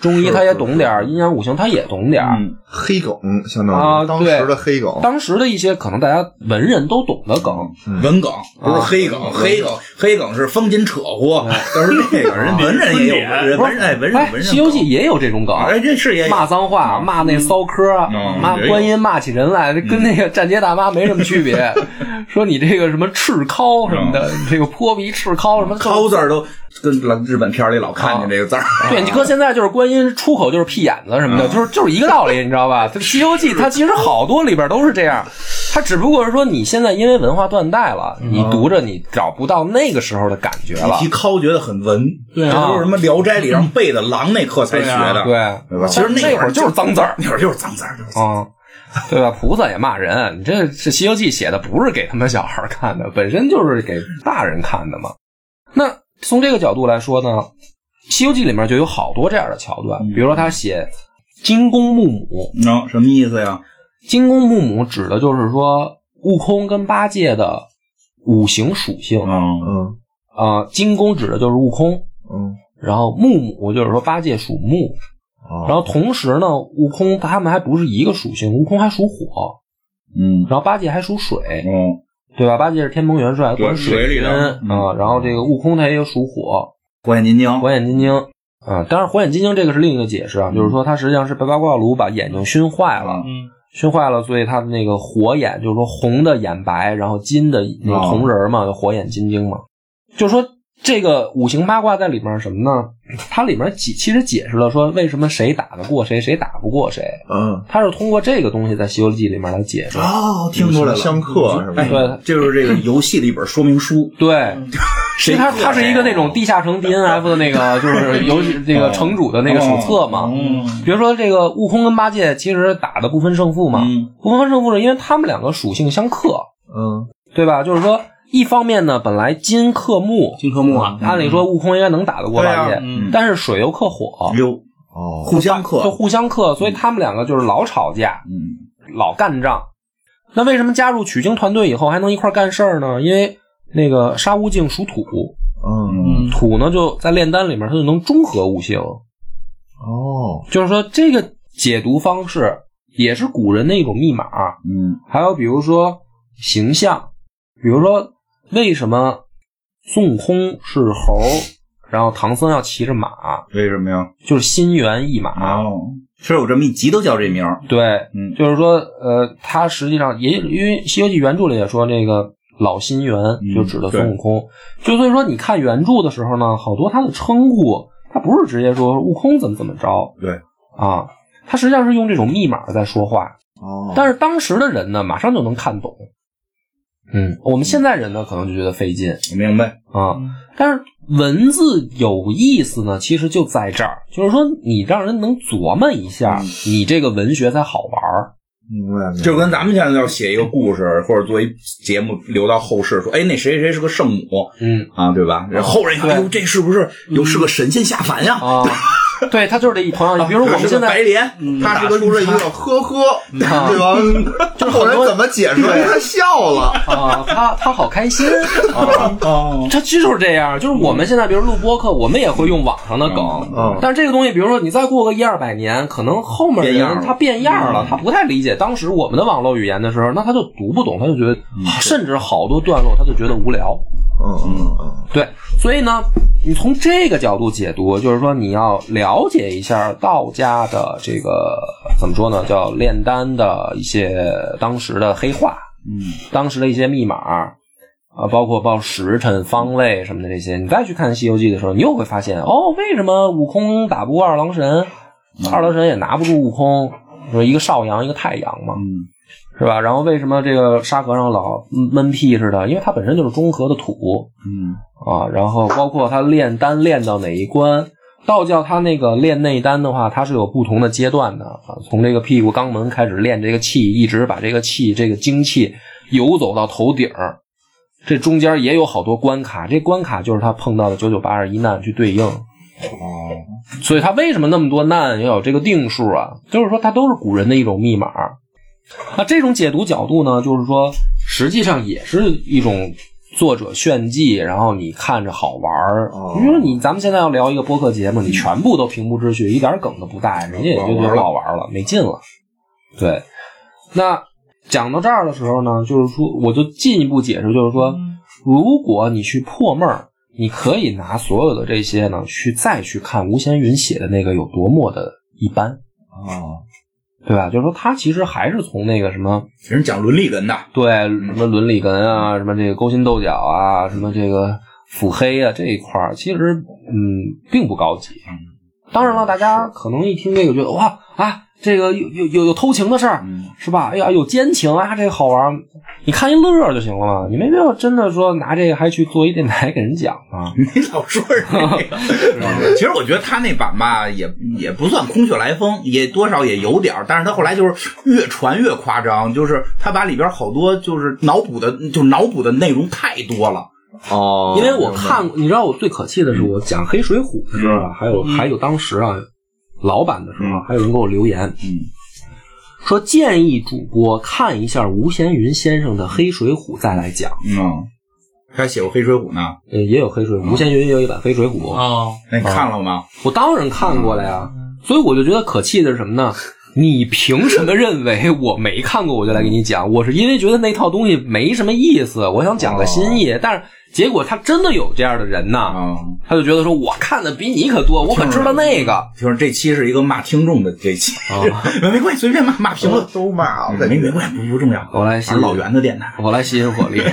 [SPEAKER 2] 中医
[SPEAKER 3] 是
[SPEAKER 2] 他也
[SPEAKER 3] 是
[SPEAKER 2] 懂点儿，阴阳五行他也懂点儿。
[SPEAKER 1] 嗯，
[SPEAKER 3] 黑梗相当
[SPEAKER 2] 啊
[SPEAKER 3] 于当
[SPEAKER 2] 对
[SPEAKER 3] 时的黑梗。
[SPEAKER 2] 当时的一些可能大家文人都懂的梗，
[SPEAKER 3] 嗯
[SPEAKER 1] 文梗不是
[SPEAKER 2] 啊
[SPEAKER 1] 黑梗，黑梗黑梗是封金扯呼，但是这个人文人也有人文人哎文人
[SPEAKER 2] 哎，
[SPEAKER 1] 文
[SPEAKER 2] 《
[SPEAKER 1] 人。
[SPEAKER 2] 西游记》也有这种梗，
[SPEAKER 1] 哎，这是也有
[SPEAKER 2] 骂脏话，骂那骚科，
[SPEAKER 1] 嗯
[SPEAKER 2] 骂
[SPEAKER 1] 也有嗯
[SPEAKER 2] 观音骂起人来，跟那个站街大妈没什么区 别。说你这个什么赤尻什么的，
[SPEAKER 1] 嗯
[SPEAKER 2] 你这个泼皮赤尻什么
[SPEAKER 1] 抠字儿都跟老日本片儿里老看
[SPEAKER 2] 啊
[SPEAKER 1] 见这 个字儿。
[SPEAKER 2] 对，你搁现在就是观音出口就是屁眼子什么
[SPEAKER 1] 嗯
[SPEAKER 2] 的，就是就是一个道理，你知道 吧？《西游记》它其实好多里边都是这样，它只不过是说你现在因为文化断代了，
[SPEAKER 1] 嗯
[SPEAKER 2] 你读着你找不到那个时候的感觉了
[SPEAKER 1] 一。提抠觉得很文，
[SPEAKER 4] 对啊
[SPEAKER 1] 这都是什么《聊斋》里让背的狼那课才学的，
[SPEAKER 2] 对，啊
[SPEAKER 1] 对吧？其实
[SPEAKER 2] 那
[SPEAKER 1] 会儿
[SPEAKER 2] 就是脏字儿，
[SPEAKER 1] 那会儿就是脏字儿，就是
[SPEAKER 2] 啊，对吧？菩萨也骂人，你这这《西游记》写的不是给他们小孩儿看的，本身就是给大人看的嘛。那从这个角度来说呢，《西游记》里面就有好多这样的桥段，比如说他写金公木母，
[SPEAKER 1] 能嗯什么意思呀？
[SPEAKER 2] 金公木母指的就是说悟空跟八戒的五行属性啊、
[SPEAKER 1] 嗯
[SPEAKER 3] 嗯
[SPEAKER 2] 呃金公指的就是悟空，
[SPEAKER 3] 嗯，
[SPEAKER 2] 然后木母就是说八戒属木，
[SPEAKER 1] 啊
[SPEAKER 2] 然
[SPEAKER 3] 哦
[SPEAKER 2] 后同时呢，悟空他们还不是一个属性，悟空还属火，
[SPEAKER 1] 嗯
[SPEAKER 2] 然后八戒还属水，
[SPEAKER 1] 嗯
[SPEAKER 2] 对吧？八戒是天蓬元帅，
[SPEAKER 1] 对
[SPEAKER 2] 管
[SPEAKER 1] 水里
[SPEAKER 2] 军
[SPEAKER 1] 的
[SPEAKER 2] 啊、
[SPEAKER 1] 嗯
[SPEAKER 2] 然后这个悟空他也有属火，
[SPEAKER 1] 火眼金睛，
[SPEAKER 2] 火眼金睛啊、当然火眼金睛这个是另一个解释啊，就是说他实际上是被八卦炉把眼睛熏坏了，
[SPEAKER 4] 嗯，
[SPEAKER 2] 熏坏了，所以他的那个火眼就是说红的眼白，然后金的那个红人嘛，就火眼金睛嘛，就是说。这个五行八卦在里面是什么呢？它里面解其实解释了说为什么谁打得过谁，谁打不过谁，
[SPEAKER 3] 嗯
[SPEAKER 2] 它是通过这个东西在《西游记》里面来解释。
[SPEAKER 1] 哦，听出来了，
[SPEAKER 3] 上课是吧
[SPEAKER 1] 哎
[SPEAKER 2] 对，
[SPEAKER 1] 这就是这个游戏的一本说明书。
[SPEAKER 2] 对，其
[SPEAKER 1] 谁
[SPEAKER 2] 实它
[SPEAKER 1] 嗯克谁
[SPEAKER 2] 它是一个那种地下城 DNF 的那 个，就是游戏那个城主的那个
[SPEAKER 1] 哦
[SPEAKER 2] 手册嘛。
[SPEAKER 1] 嗯
[SPEAKER 2] 比如说这个悟空跟八戒其实打的不分胜负嘛，
[SPEAKER 1] 嗯
[SPEAKER 2] 不分胜负是因为他们两个属性相克，
[SPEAKER 3] 嗯
[SPEAKER 2] 对吧？就是说一方面呢，本来金克木，
[SPEAKER 4] 金科目啊，
[SPEAKER 2] 按理说悟空应该能打得过八
[SPEAKER 1] 对啊嗯
[SPEAKER 2] 戒，
[SPEAKER 4] 嗯
[SPEAKER 2] 但是水又克火，
[SPEAKER 1] 哟，
[SPEAKER 3] 哦
[SPEAKER 1] 互相
[SPEAKER 2] 就
[SPEAKER 1] 克，
[SPEAKER 2] 互相克，所以他们两个就是老吵架，
[SPEAKER 1] 嗯
[SPEAKER 2] 老干仗。那为什么加入取经团队以后还能一块儿干事儿呢？因为那个沙悟净属土，
[SPEAKER 3] 嗯
[SPEAKER 4] 嗯，
[SPEAKER 2] 土呢就在炼丹里面，它就能中和五行。
[SPEAKER 3] 哦
[SPEAKER 2] 就是说，这个解读方式也是古人的一种密码。
[SPEAKER 1] 嗯
[SPEAKER 2] 还有比如说形象，比如说为什么孙悟空是猴，然后唐僧要骑着马，
[SPEAKER 1] 为什么呀？
[SPEAKER 2] 就是心猿意马。
[SPEAKER 1] 哦，是有这么一集都叫这名儿。
[SPEAKER 2] 对，
[SPEAKER 1] 嗯
[SPEAKER 2] 就是说，呃，他实际上也因为《西游记》原著里也说，这个老心猿
[SPEAKER 1] 嗯
[SPEAKER 2] 就指的孙悟空。就所以说，你看原著的时候呢，好多他的称呼，他不是直接说悟空怎么怎么着，
[SPEAKER 1] 对
[SPEAKER 2] 啊，他实际上是用这种密码在说话。
[SPEAKER 3] 哦，
[SPEAKER 2] 但是当时的人呢，马上就能看懂。嗯，我们现在人呢，可能就觉得费劲
[SPEAKER 1] 我明白。
[SPEAKER 2] 啊。但是文字有意思呢，其实就在这儿，就是说你让人能琢磨一
[SPEAKER 1] 嗯
[SPEAKER 2] 下，你这个文学才好玩儿。
[SPEAKER 3] 明白明白，
[SPEAKER 1] 就跟咱们现在要写一个故事，或者做一节目留到后世，说，哎，那谁谁谁是个圣母
[SPEAKER 2] 嗯
[SPEAKER 1] 啊，对吧？然后后人一看，
[SPEAKER 2] 对
[SPEAKER 1] 哎呦，这是不是又是个神仙下凡呀？
[SPEAKER 2] 啊，对 他就是这一同样，比如
[SPEAKER 1] 比
[SPEAKER 2] 说我们现
[SPEAKER 1] 白
[SPEAKER 2] 在
[SPEAKER 1] 莲，
[SPEAKER 3] 他
[SPEAKER 1] 嗯打
[SPEAKER 3] 是
[SPEAKER 1] 出
[SPEAKER 3] 出
[SPEAKER 1] 了
[SPEAKER 3] 了
[SPEAKER 1] 一
[SPEAKER 3] 一
[SPEAKER 1] 个嗯
[SPEAKER 3] 个呵呵，
[SPEAKER 2] 啊
[SPEAKER 3] 对吧？
[SPEAKER 2] 就是
[SPEAKER 3] 后
[SPEAKER 2] 很
[SPEAKER 3] 人
[SPEAKER 2] 多
[SPEAKER 3] 怎么解释？他笑了，
[SPEAKER 2] 啊，他他好开心啊，
[SPEAKER 1] 哦，
[SPEAKER 2] 他就是这样。就是我们现在比如录播客，我们也会用网上的梗，
[SPEAKER 3] 嗯，
[SPEAKER 2] 但是这个东西，比如说你再过个一二百年，可能后面的
[SPEAKER 1] 变样了
[SPEAKER 2] 人他变样了，他不太理解当时我们的网络语言的时候，那他就读不懂，他就觉得，啊甚至好多段落他就觉得无聊。
[SPEAKER 3] 嗯嗯嗯，
[SPEAKER 2] 对，所以呢，你从这个角度解读，就是说你要了解一下道家的这个怎么说呢，叫炼丹的一些当时的黑话，
[SPEAKER 1] 嗯，
[SPEAKER 2] 当时的一些密码啊，包括报时辰、方位什么的这些。你再去看《西游记》的时候，你又会发现哦，为什么悟空打不过二郎神，二郎神也拿不住悟空，说一个少阳，一个太阳嘛，
[SPEAKER 1] 嗯
[SPEAKER 2] 是吧？然后为什么这个沙和尚老闷屁似的？因为他本身就是中和的土，
[SPEAKER 1] 嗯，
[SPEAKER 2] 啊，然后包括他炼丹炼到哪一关，道教他那个炼内丹的话，它是有不同的阶段的啊，从这个屁股肛门开始炼这个气，一直把这个气这个精气游走到头顶儿，这中间也有好多关卡，这关卡就是他碰到的九九八十一难去对应。
[SPEAKER 1] 哦，
[SPEAKER 2] 所以它为什么那么多难要有这个定数啊？就是说它都是古人的一种密码。那这种解读角度呢，就是说实际上也是一种作者炫技，然后你看着好玩儿。
[SPEAKER 3] 哦
[SPEAKER 2] 比如说你咱们现在要聊一个播客节目，你全部都平铺直叙，一点梗都不带，人家也就觉得不好玩了，没劲了。对，那讲到这儿的时候呢，就是说我就进一步解释，就是说，如果你去破闷儿，你可以拿所有的这些呢，去再去看吴闲云写的那个有多么的一般，
[SPEAKER 3] 哦，
[SPEAKER 2] 对吧？就是说，他其实还是从那个什么
[SPEAKER 1] 人讲伦理 根的，
[SPEAKER 2] 对什么伦理根啊，什么这个勾心斗角啊，什么这个腹黑啊这一块儿，其实嗯并不高级。当然了，大家可能一听这个觉得哇啊，这个有有有有偷情的事儿，
[SPEAKER 1] 嗯
[SPEAKER 2] 是吧？哎呀，有奸情啊，这个好玩儿，你看一乐儿就行了嘛，你没必要真的说拿这个还去做一电台给人讲啊。
[SPEAKER 1] 你老说人这个， 其实我觉得他那版吧，也也不算空穴来风，也多少也有点儿，但是他后来就是越传越夸张，就是他把里边好多就是脑补的，就脑补的内容太多了。
[SPEAKER 3] 哦，
[SPEAKER 2] 因为我看，你知道我最可气的是，我讲《黑水浒》的时候啊，还有还有当时啊，老版的时候啊，还有人给我留言，
[SPEAKER 1] 嗯，
[SPEAKER 2] 说建议主播看一下吴闲云先生的《黑水浒》再来讲，
[SPEAKER 1] 嗯，还写过《黑水浒》呢，
[SPEAKER 2] 呃，也有《黑水浒》，吴闲云也有一版《黑水浒》
[SPEAKER 4] 哦，
[SPEAKER 1] 那你看了吗？
[SPEAKER 2] 我当然看过了呀，所以我就觉得可气的是什么呢？你凭什么认为我没看过我就来给你讲？我是因为觉得那套东西没什么意思，我想讲个新意，但是结果他真的有这样的人呐，
[SPEAKER 1] 啊、
[SPEAKER 2] 他就觉得说我看的比你可多，我可知道那个
[SPEAKER 1] 就是这期是一个骂听众的这期，
[SPEAKER 2] 啊。
[SPEAKER 1] 没关系，随便骂骂评
[SPEAKER 3] 都
[SPEAKER 1] 论，
[SPEAKER 3] 都骂
[SPEAKER 2] 嗯
[SPEAKER 3] 了，
[SPEAKER 1] 没没关系，不不重要。
[SPEAKER 2] 我来
[SPEAKER 1] 反
[SPEAKER 2] 写
[SPEAKER 1] 正老袁的电台，
[SPEAKER 2] 我来吸引火力。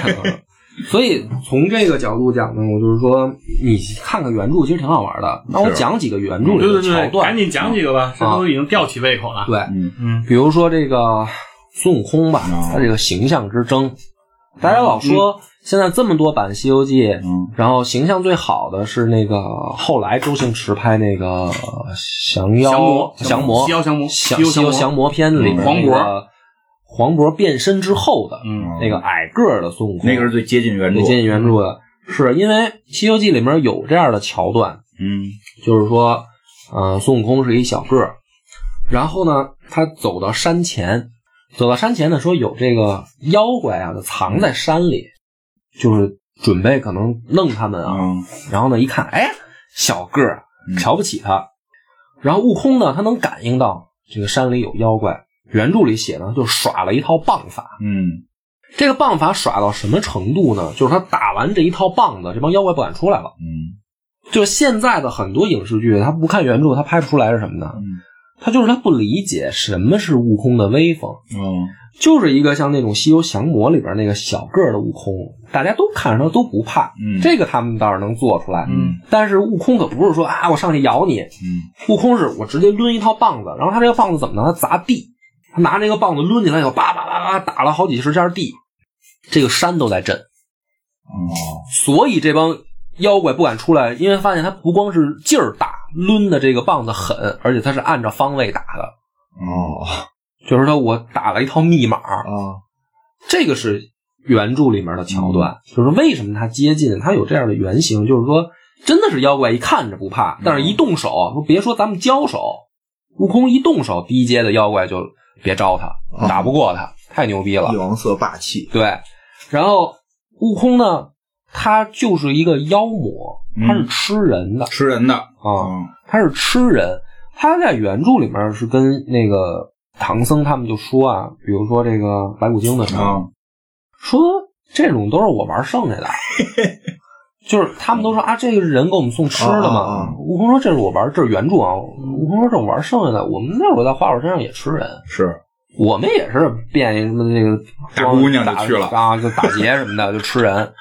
[SPEAKER 2] 所以从这个角度讲呢，我就是说，你看看原著其实挺好玩的。那我讲几个原著
[SPEAKER 4] 对
[SPEAKER 2] 里
[SPEAKER 4] 对
[SPEAKER 2] 的桥
[SPEAKER 4] 对，
[SPEAKER 2] 段啊
[SPEAKER 4] 赶，紧讲几个吧，这都已经吊起胃口了。
[SPEAKER 2] 对，
[SPEAKER 1] 嗯
[SPEAKER 4] 嗯，
[SPEAKER 2] 比如说这个孙悟空吧
[SPEAKER 4] 哦
[SPEAKER 1] 嗯，
[SPEAKER 2] 他这个形象之争，大家
[SPEAKER 4] 嗯
[SPEAKER 2] 老说现在这么多版《西游记》，
[SPEAKER 1] 嗯
[SPEAKER 2] 然后形象最好的是那个后来周星驰拍那个呃降
[SPEAKER 4] 降
[SPEAKER 2] 妖
[SPEAKER 4] 魔
[SPEAKER 2] 降魔
[SPEAKER 4] 西游降魔
[SPEAKER 2] 降
[SPEAKER 4] 西游
[SPEAKER 2] 西游
[SPEAKER 4] 降魔嗯
[SPEAKER 2] 降魔篇里面
[SPEAKER 4] 黄
[SPEAKER 2] 那个黄渤变身之后的
[SPEAKER 4] 嗯
[SPEAKER 2] 那个矮个儿的孙悟空，
[SPEAKER 1] 那个是最接近原著
[SPEAKER 2] 最。接近原著的，是因为《西游记》里面有这样的桥段，
[SPEAKER 1] 嗯
[SPEAKER 2] 就是说，呃，孙悟空是一小个儿，然后呢，他走到山前，走到山前呢，说有这个妖怪啊，就藏在山里，就是准备可能弄他们啊。
[SPEAKER 1] 嗯
[SPEAKER 2] 然后呢，一看，哎，小个儿
[SPEAKER 1] 嗯，
[SPEAKER 2] 瞧不起他。然后悟空呢，他能感应到这个山里有妖怪。原著里写呢，就耍了一套棒法，
[SPEAKER 1] 嗯
[SPEAKER 2] 这个棒法耍到什么程度呢？就是他打完这一套棒子，这帮妖怪不敢出来了。
[SPEAKER 5] 嗯
[SPEAKER 2] 就是现在的很多影视剧，他不看原著，他拍不出来是什么呢？
[SPEAKER 5] 嗯
[SPEAKER 2] 他就是他不理解什么是悟空的威风，
[SPEAKER 5] 哦
[SPEAKER 2] 就是一个像那种《西游降魔》里边那个小个儿的悟空，大家都看着他都不怕，
[SPEAKER 5] 嗯
[SPEAKER 2] 这个他们倒是能做出来。
[SPEAKER 5] 嗯
[SPEAKER 2] 但是悟空可不是说啊，我上去咬你，
[SPEAKER 5] 嗯
[SPEAKER 2] 悟空是我直接抡一套棒子，然后他这个棒子怎么呢？他砸地，他拿这个棒子抡起来以后，叭叭叭叭打了好几十下地，这个山都在震，
[SPEAKER 5] 哦
[SPEAKER 2] 所以这帮妖怪不敢出来，因为发现他不光是劲儿大，抡的这个棒子狠，而且他是按照方位打的，
[SPEAKER 5] 哦
[SPEAKER 2] 就是说我打了一套密码，
[SPEAKER 5] 啊
[SPEAKER 2] 这个是原著里面的桥段，就是为什么它接近，它有这样的原型，就是说真的是妖怪一看着不怕，但是一动手，别说咱们交手，悟空一动手，低阶的妖怪就别招他，
[SPEAKER 3] 啊
[SPEAKER 2] 打不过他，太牛
[SPEAKER 5] 啊
[SPEAKER 2] 逼
[SPEAKER 3] 帝
[SPEAKER 2] 了。
[SPEAKER 3] 王色霸气，
[SPEAKER 2] 对，然后悟空呢，他就是一个妖魔，
[SPEAKER 5] 嗯
[SPEAKER 2] 他是吃人的
[SPEAKER 1] 吃人的，
[SPEAKER 2] 啊，
[SPEAKER 5] 啊
[SPEAKER 2] 他是吃人。他在原著里面是跟那个唐僧他们就说啊，比如说这个白骨精的时候，
[SPEAKER 1] 嗯
[SPEAKER 5] 啊
[SPEAKER 2] 说这种都是我玩剩下的，就是他们都说啊，这个人给我们送吃的
[SPEAKER 3] 啊啊
[SPEAKER 2] 嘛
[SPEAKER 3] 啊。
[SPEAKER 2] 悟空说这是我玩，这是原著啊。悟空说这我玩剩下的，我们那会儿在花果山上也吃人，
[SPEAKER 5] 是
[SPEAKER 2] 我们也是变一什么这个
[SPEAKER 1] 大姑娘就去了
[SPEAKER 2] 打啊，就打劫什么的就吃人。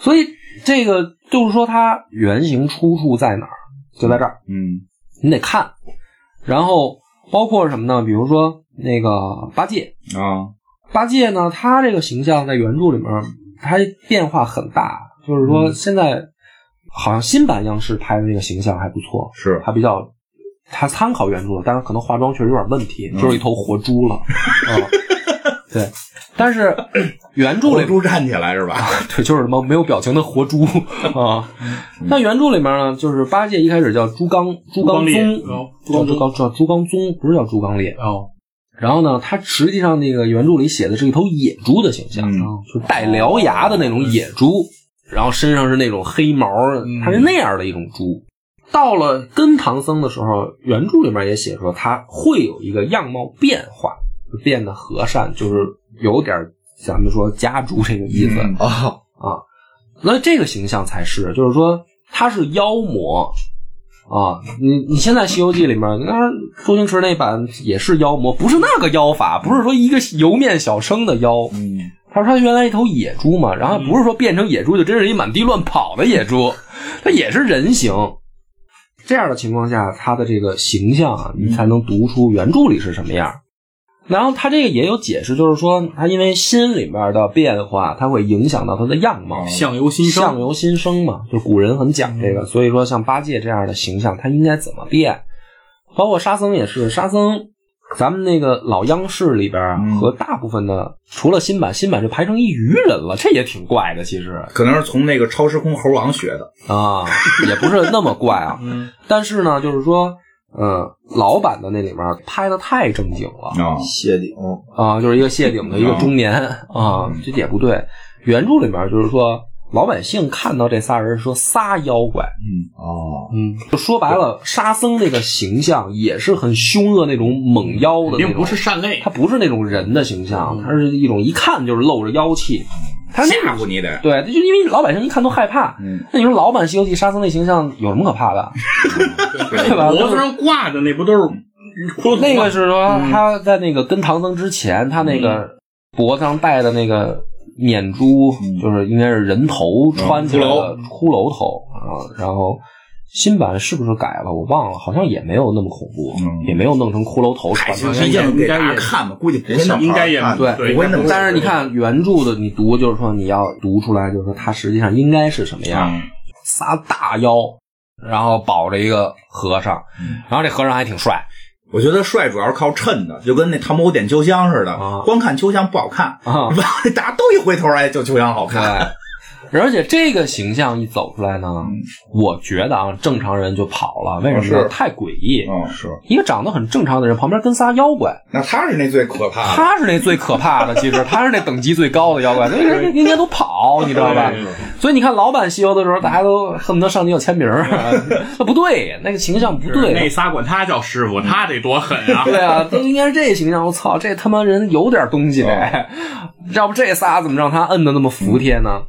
[SPEAKER 2] 所以这个就是说，它原型出处在哪儿？就在这儿。
[SPEAKER 5] 嗯
[SPEAKER 2] 你得看。然后包括什么呢？比如说那个八戒，
[SPEAKER 5] 啊
[SPEAKER 2] 八戒呢，他这个形象在原著里面，他变化很大，就是
[SPEAKER 1] 嗯
[SPEAKER 2] 说现在好像新版央视拍的那个形象还不错，
[SPEAKER 5] 是
[SPEAKER 2] 还比较。他参考原著了，但是可能化妆确实有点问题，就是一头活猪了。啊、对，但是原著里
[SPEAKER 1] 活猪站起来是吧？
[SPEAKER 2] 对，就是什么没有表情的活猪啊。那原著里面呢，就是八戒一开始叫猪刚猪刚宗，叫
[SPEAKER 4] 猪刚烈
[SPEAKER 2] 猪刚叫猪刚宗，不是叫猪刚烈。
[SPEAKER 4] 哦，
[SPEAKER 2] 然后呢，他实际上那个原著里写的是一头野猪的形象，
[SPEAKER 5] 嗯
[SPEAKER 2] 就是带獠牙的那种野猪，然后身上是那种黑毛，
[SPEAKER 5] 嗯
[SPEAKER 2] 它是那样的一种猪。到了跟唐僧的时候，原著里面也写说他会有一个样貌变化，就变得和善，就是有点儿咱们说家猪这个意思。
[SPEAKER 5] 嗯
[SPEAKER 3] 啊，
[SPEAKER 2] 啊，那这个形象才是，就是说他是妖魔啊。你你现在《西游记》里面，那周星驰那版也是妖魔，不是那个妖法，不是说一个油面小生的妖，
[SPEAKER 5] 嗯
[SPEAKER 2] 他说他原来一头野猪嘛，然后不是说变成野猪就真是一满地乱跑的野猪，它也是人形。这样的情况下，他的这个形象啊，你才能读出原著里是什么样。然后他这个也有解释，就是说他因为心里面的变化，它会影响到他的样貌。
[SPEAKER 4] 相由心生，
[SPEAKER 2] 相由心生嘛，就是古人很讲
[SPEAKER 5] 嗯
[SPEAKER 2] 这个，所以说像八戒这样的形象，他应该怎么变？包括沙僧也是，沙僧，咱们那个老央视里边啊
[SPEAKER 5] 嗯
[SPEAKER 2] 和大部分的，除了新版，新版就排成一鱼人了，这也挺怪的，其实
[SPEAKER 1] 可能是从那个超时空猴王学的。
[SPEAKER 2] 啊，也不是那么怪 啊。
[SPEAKER 5] 嗯
[SPEAKER 2] 但是呢，就是说，嗯，老版的那里面拍的太正经了，
[SPEAKER 5] 啊
[SPEAKER 3] 谢顶，
[SPEAKER 2] 啊，就是一个谢顶的一个中年啊
[SPEAKER 5] 嗯，
[SPEAKER 2] 这也不对。原著里面就是说，老百姓看到这仨人说仨妖怪，
[SPEAKER 5] 嗯哦
[SPEAKER 4] 嗯，
[SPEAKER 2] 就说白了，沙僧这个形象也是很凶恶那种猛妖的那
[SPEAKER 4] 肯
[SPEAKER 2] 种，
[SPEAKER 4] 定不是善类
[SPEAKER 2] 他，不是那种人的形象，他是一种一看就是露着妖气，他是那
[SPEAKER 1] 吓
[SPEAKER 2] 种
[SPEAKER 1] 唬你得，
[SPEAKER 2] 对，就因为老百姓一看都害怕。
[SPEAKER 5] 嗯
[SPEAKER 2] 那你说老版《西游记》沙僧那形象有什么可怕的？对吧
[SPEAKER 4] 脖子上挂的那不都是骷髅头
[SPEAKER 2] 那
[SPEAKER 4] 吗
[SPEAKER 2] 个是说他在那个跟唐僧之前，他那个脖子上戴的那个念珠，
[SPEAKER 5] 嗯
[SPEAKER 2] 就是应该是人头穿起来的骷髅头啊。然后新版是不是改了？我忘了，好像也没有那么恐怖，
[SPEAKER 5] 嗯
[SPEAKER 2] 也没有弄成骷髅头穿
[SPEAKER 4] 行
[SPEAKER 2] 的。
[SPEAKER 1] 推荐给大家看吧，估计不会那么
[SPEAKER 4] 应该也
[SPEAKER 3] 看
[SPEAKER 2] 对
[SPEAKER 1] 不会那么
[SPEAKER 2] 但是你看原著的，你读就是说你要读出来，就是说它实际上应该是什么样，
[SPEAKER 5] 嗯
[SPEAKER 2] 仨大妖，然后保着一个和尚，
[SPEAKER 5] 嗯
[SPEAKER 2] 然后这和尚还挺帅，
[SPEAKER 1] 我觉得帅主要是靠衬的，就跟那唐伯虎点秋香似的，
[SPEAKER 2] 啊
[SPEAKER 1] 光看秋香不好看，
[SPEAKER 2] 啊
[SPEAKER 1] 大家都一回头，哎，就秋香好看。
[SPEAKER 2] 对，而且这个形象一走出来呢，我觉得啊，正常人就跑了，为什么呢？
[SPEAKER 5] 嗯哦是
[SPEAKER 2] 太诡异。
[SPEAKER 5] 哦是
[SPEAKER 2] 一个长得很正常的人，旁边跟仨妖怪，
[SPEAKER 1] 嗯
[SPEAKER 2] 啊
[SPEAKER 1] 那他是那最可怕的，
[SPEAKER 2] 他是那最可怕的，其实他是那等级最高的妖怪，那人人家都跑，好，你知道吧？所以你看老版西游的时候，大家都恨不得上去要签名儿， 那不对，那个形象不对。嗯
[SPEAKER 4] 那仨管他叫师傅，他得多狠啊！
[SPEAKER 2] 对啊，都应该是这形象。我操，这他妈人有点东西呗， 要不这仨怎么让他摁的那么服帖呢？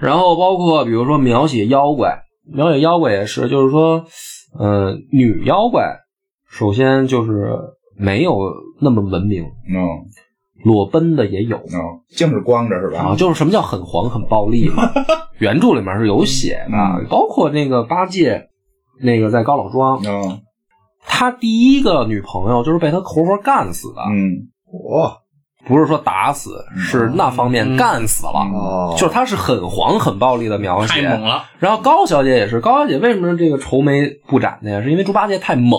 [SPEAKER 2] 然后包括比如说描写妖怪，描写妖怪也是，就是说，呃，女妖怪首先就是没有那么文明，
[SPEAKER 1] 嗯
[SPEAKER 2] 裸奔的也有
[SPEAKER 1] 嗯，净是光着是
[SPEAKER 2] 啊，
[SPEAKER 1] 吧？
[SPEAKER 2] 就是什么叫很黄很暴力嘛，原著里面是有写的
[SPEAKER 1] 嗯，
[SPEAKER 2] 包括那个八戒，那个在高老庄，
[SPEAKER 1] 嗯
[SPEAKER 2] 他第一个女朋友就是被他活活干死的，
[SPEAKER 1] 嗯
[SPEAKER 5] 我
[SPEAKER 2] 不是说打死，是那方面干死了。
[SPEAKER 5] 哦，
[SPEAKER 2] 就是他是很黄很暴力的描
[SPEAKER 4] 太
[SPEAKER 2] 写，
[SPEAKER 4] 猛了，
[SPEAKER 2] 然后高小姐也是，高小姐为什么这个愁眉不展呢？是因为猪八戒太猛，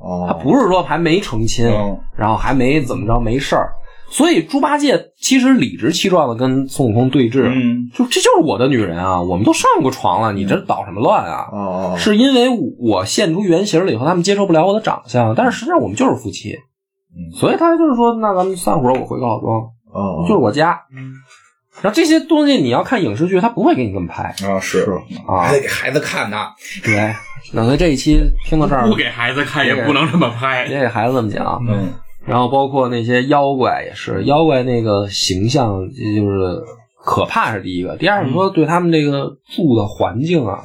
[SPEAKER 5] 哦，
[SPEAKER 2] 他不是说还没成亲，
[SPEAKER 1] 嗯
[SPEAKER 2] 然后还没怎么着没事儿，所以猪八戒其实理直气壮的跟孙悟空对峙，
[SPEAKER 1] 嗯
[SPEAKER 2] 就这就是我的女人啊，我们都上过床了，你这捣什么乱啊？
[SPEAKER 5] 哦，哦，
[SPEAKER 2] 是因为我现出原形了以后，他们接受不了我的长相，但是实际上我们就是夫妻，所以他就是说，那咱们散伙，我回高老庄，
[SPEAKER 5] 哦，
[SPEAKER 2] 就是我家。然后这些东西你要看影视剧，他不会给你这么拍
[SPEAKER 1] 啊是，
[SPEAKER 2] 啊
[SPEAKER 1] 还。得给孩子看呢。
[SPEAKER 2] 对，那所以这一期听到这儿
[SPEAKER 4] 不，给孩子看也不能这么拍
[SPEAKER 2] 别。给孩子这么讲。
[SPEAKER 1] 嗯
[SPEAKER 2] 然后包括那些妖怪也是，妖怪那个形象就是可怕是第一个，第
[SPEAKER 1] 嗯
[SPEAKER 2] 二个说对他们这个住的环境啊，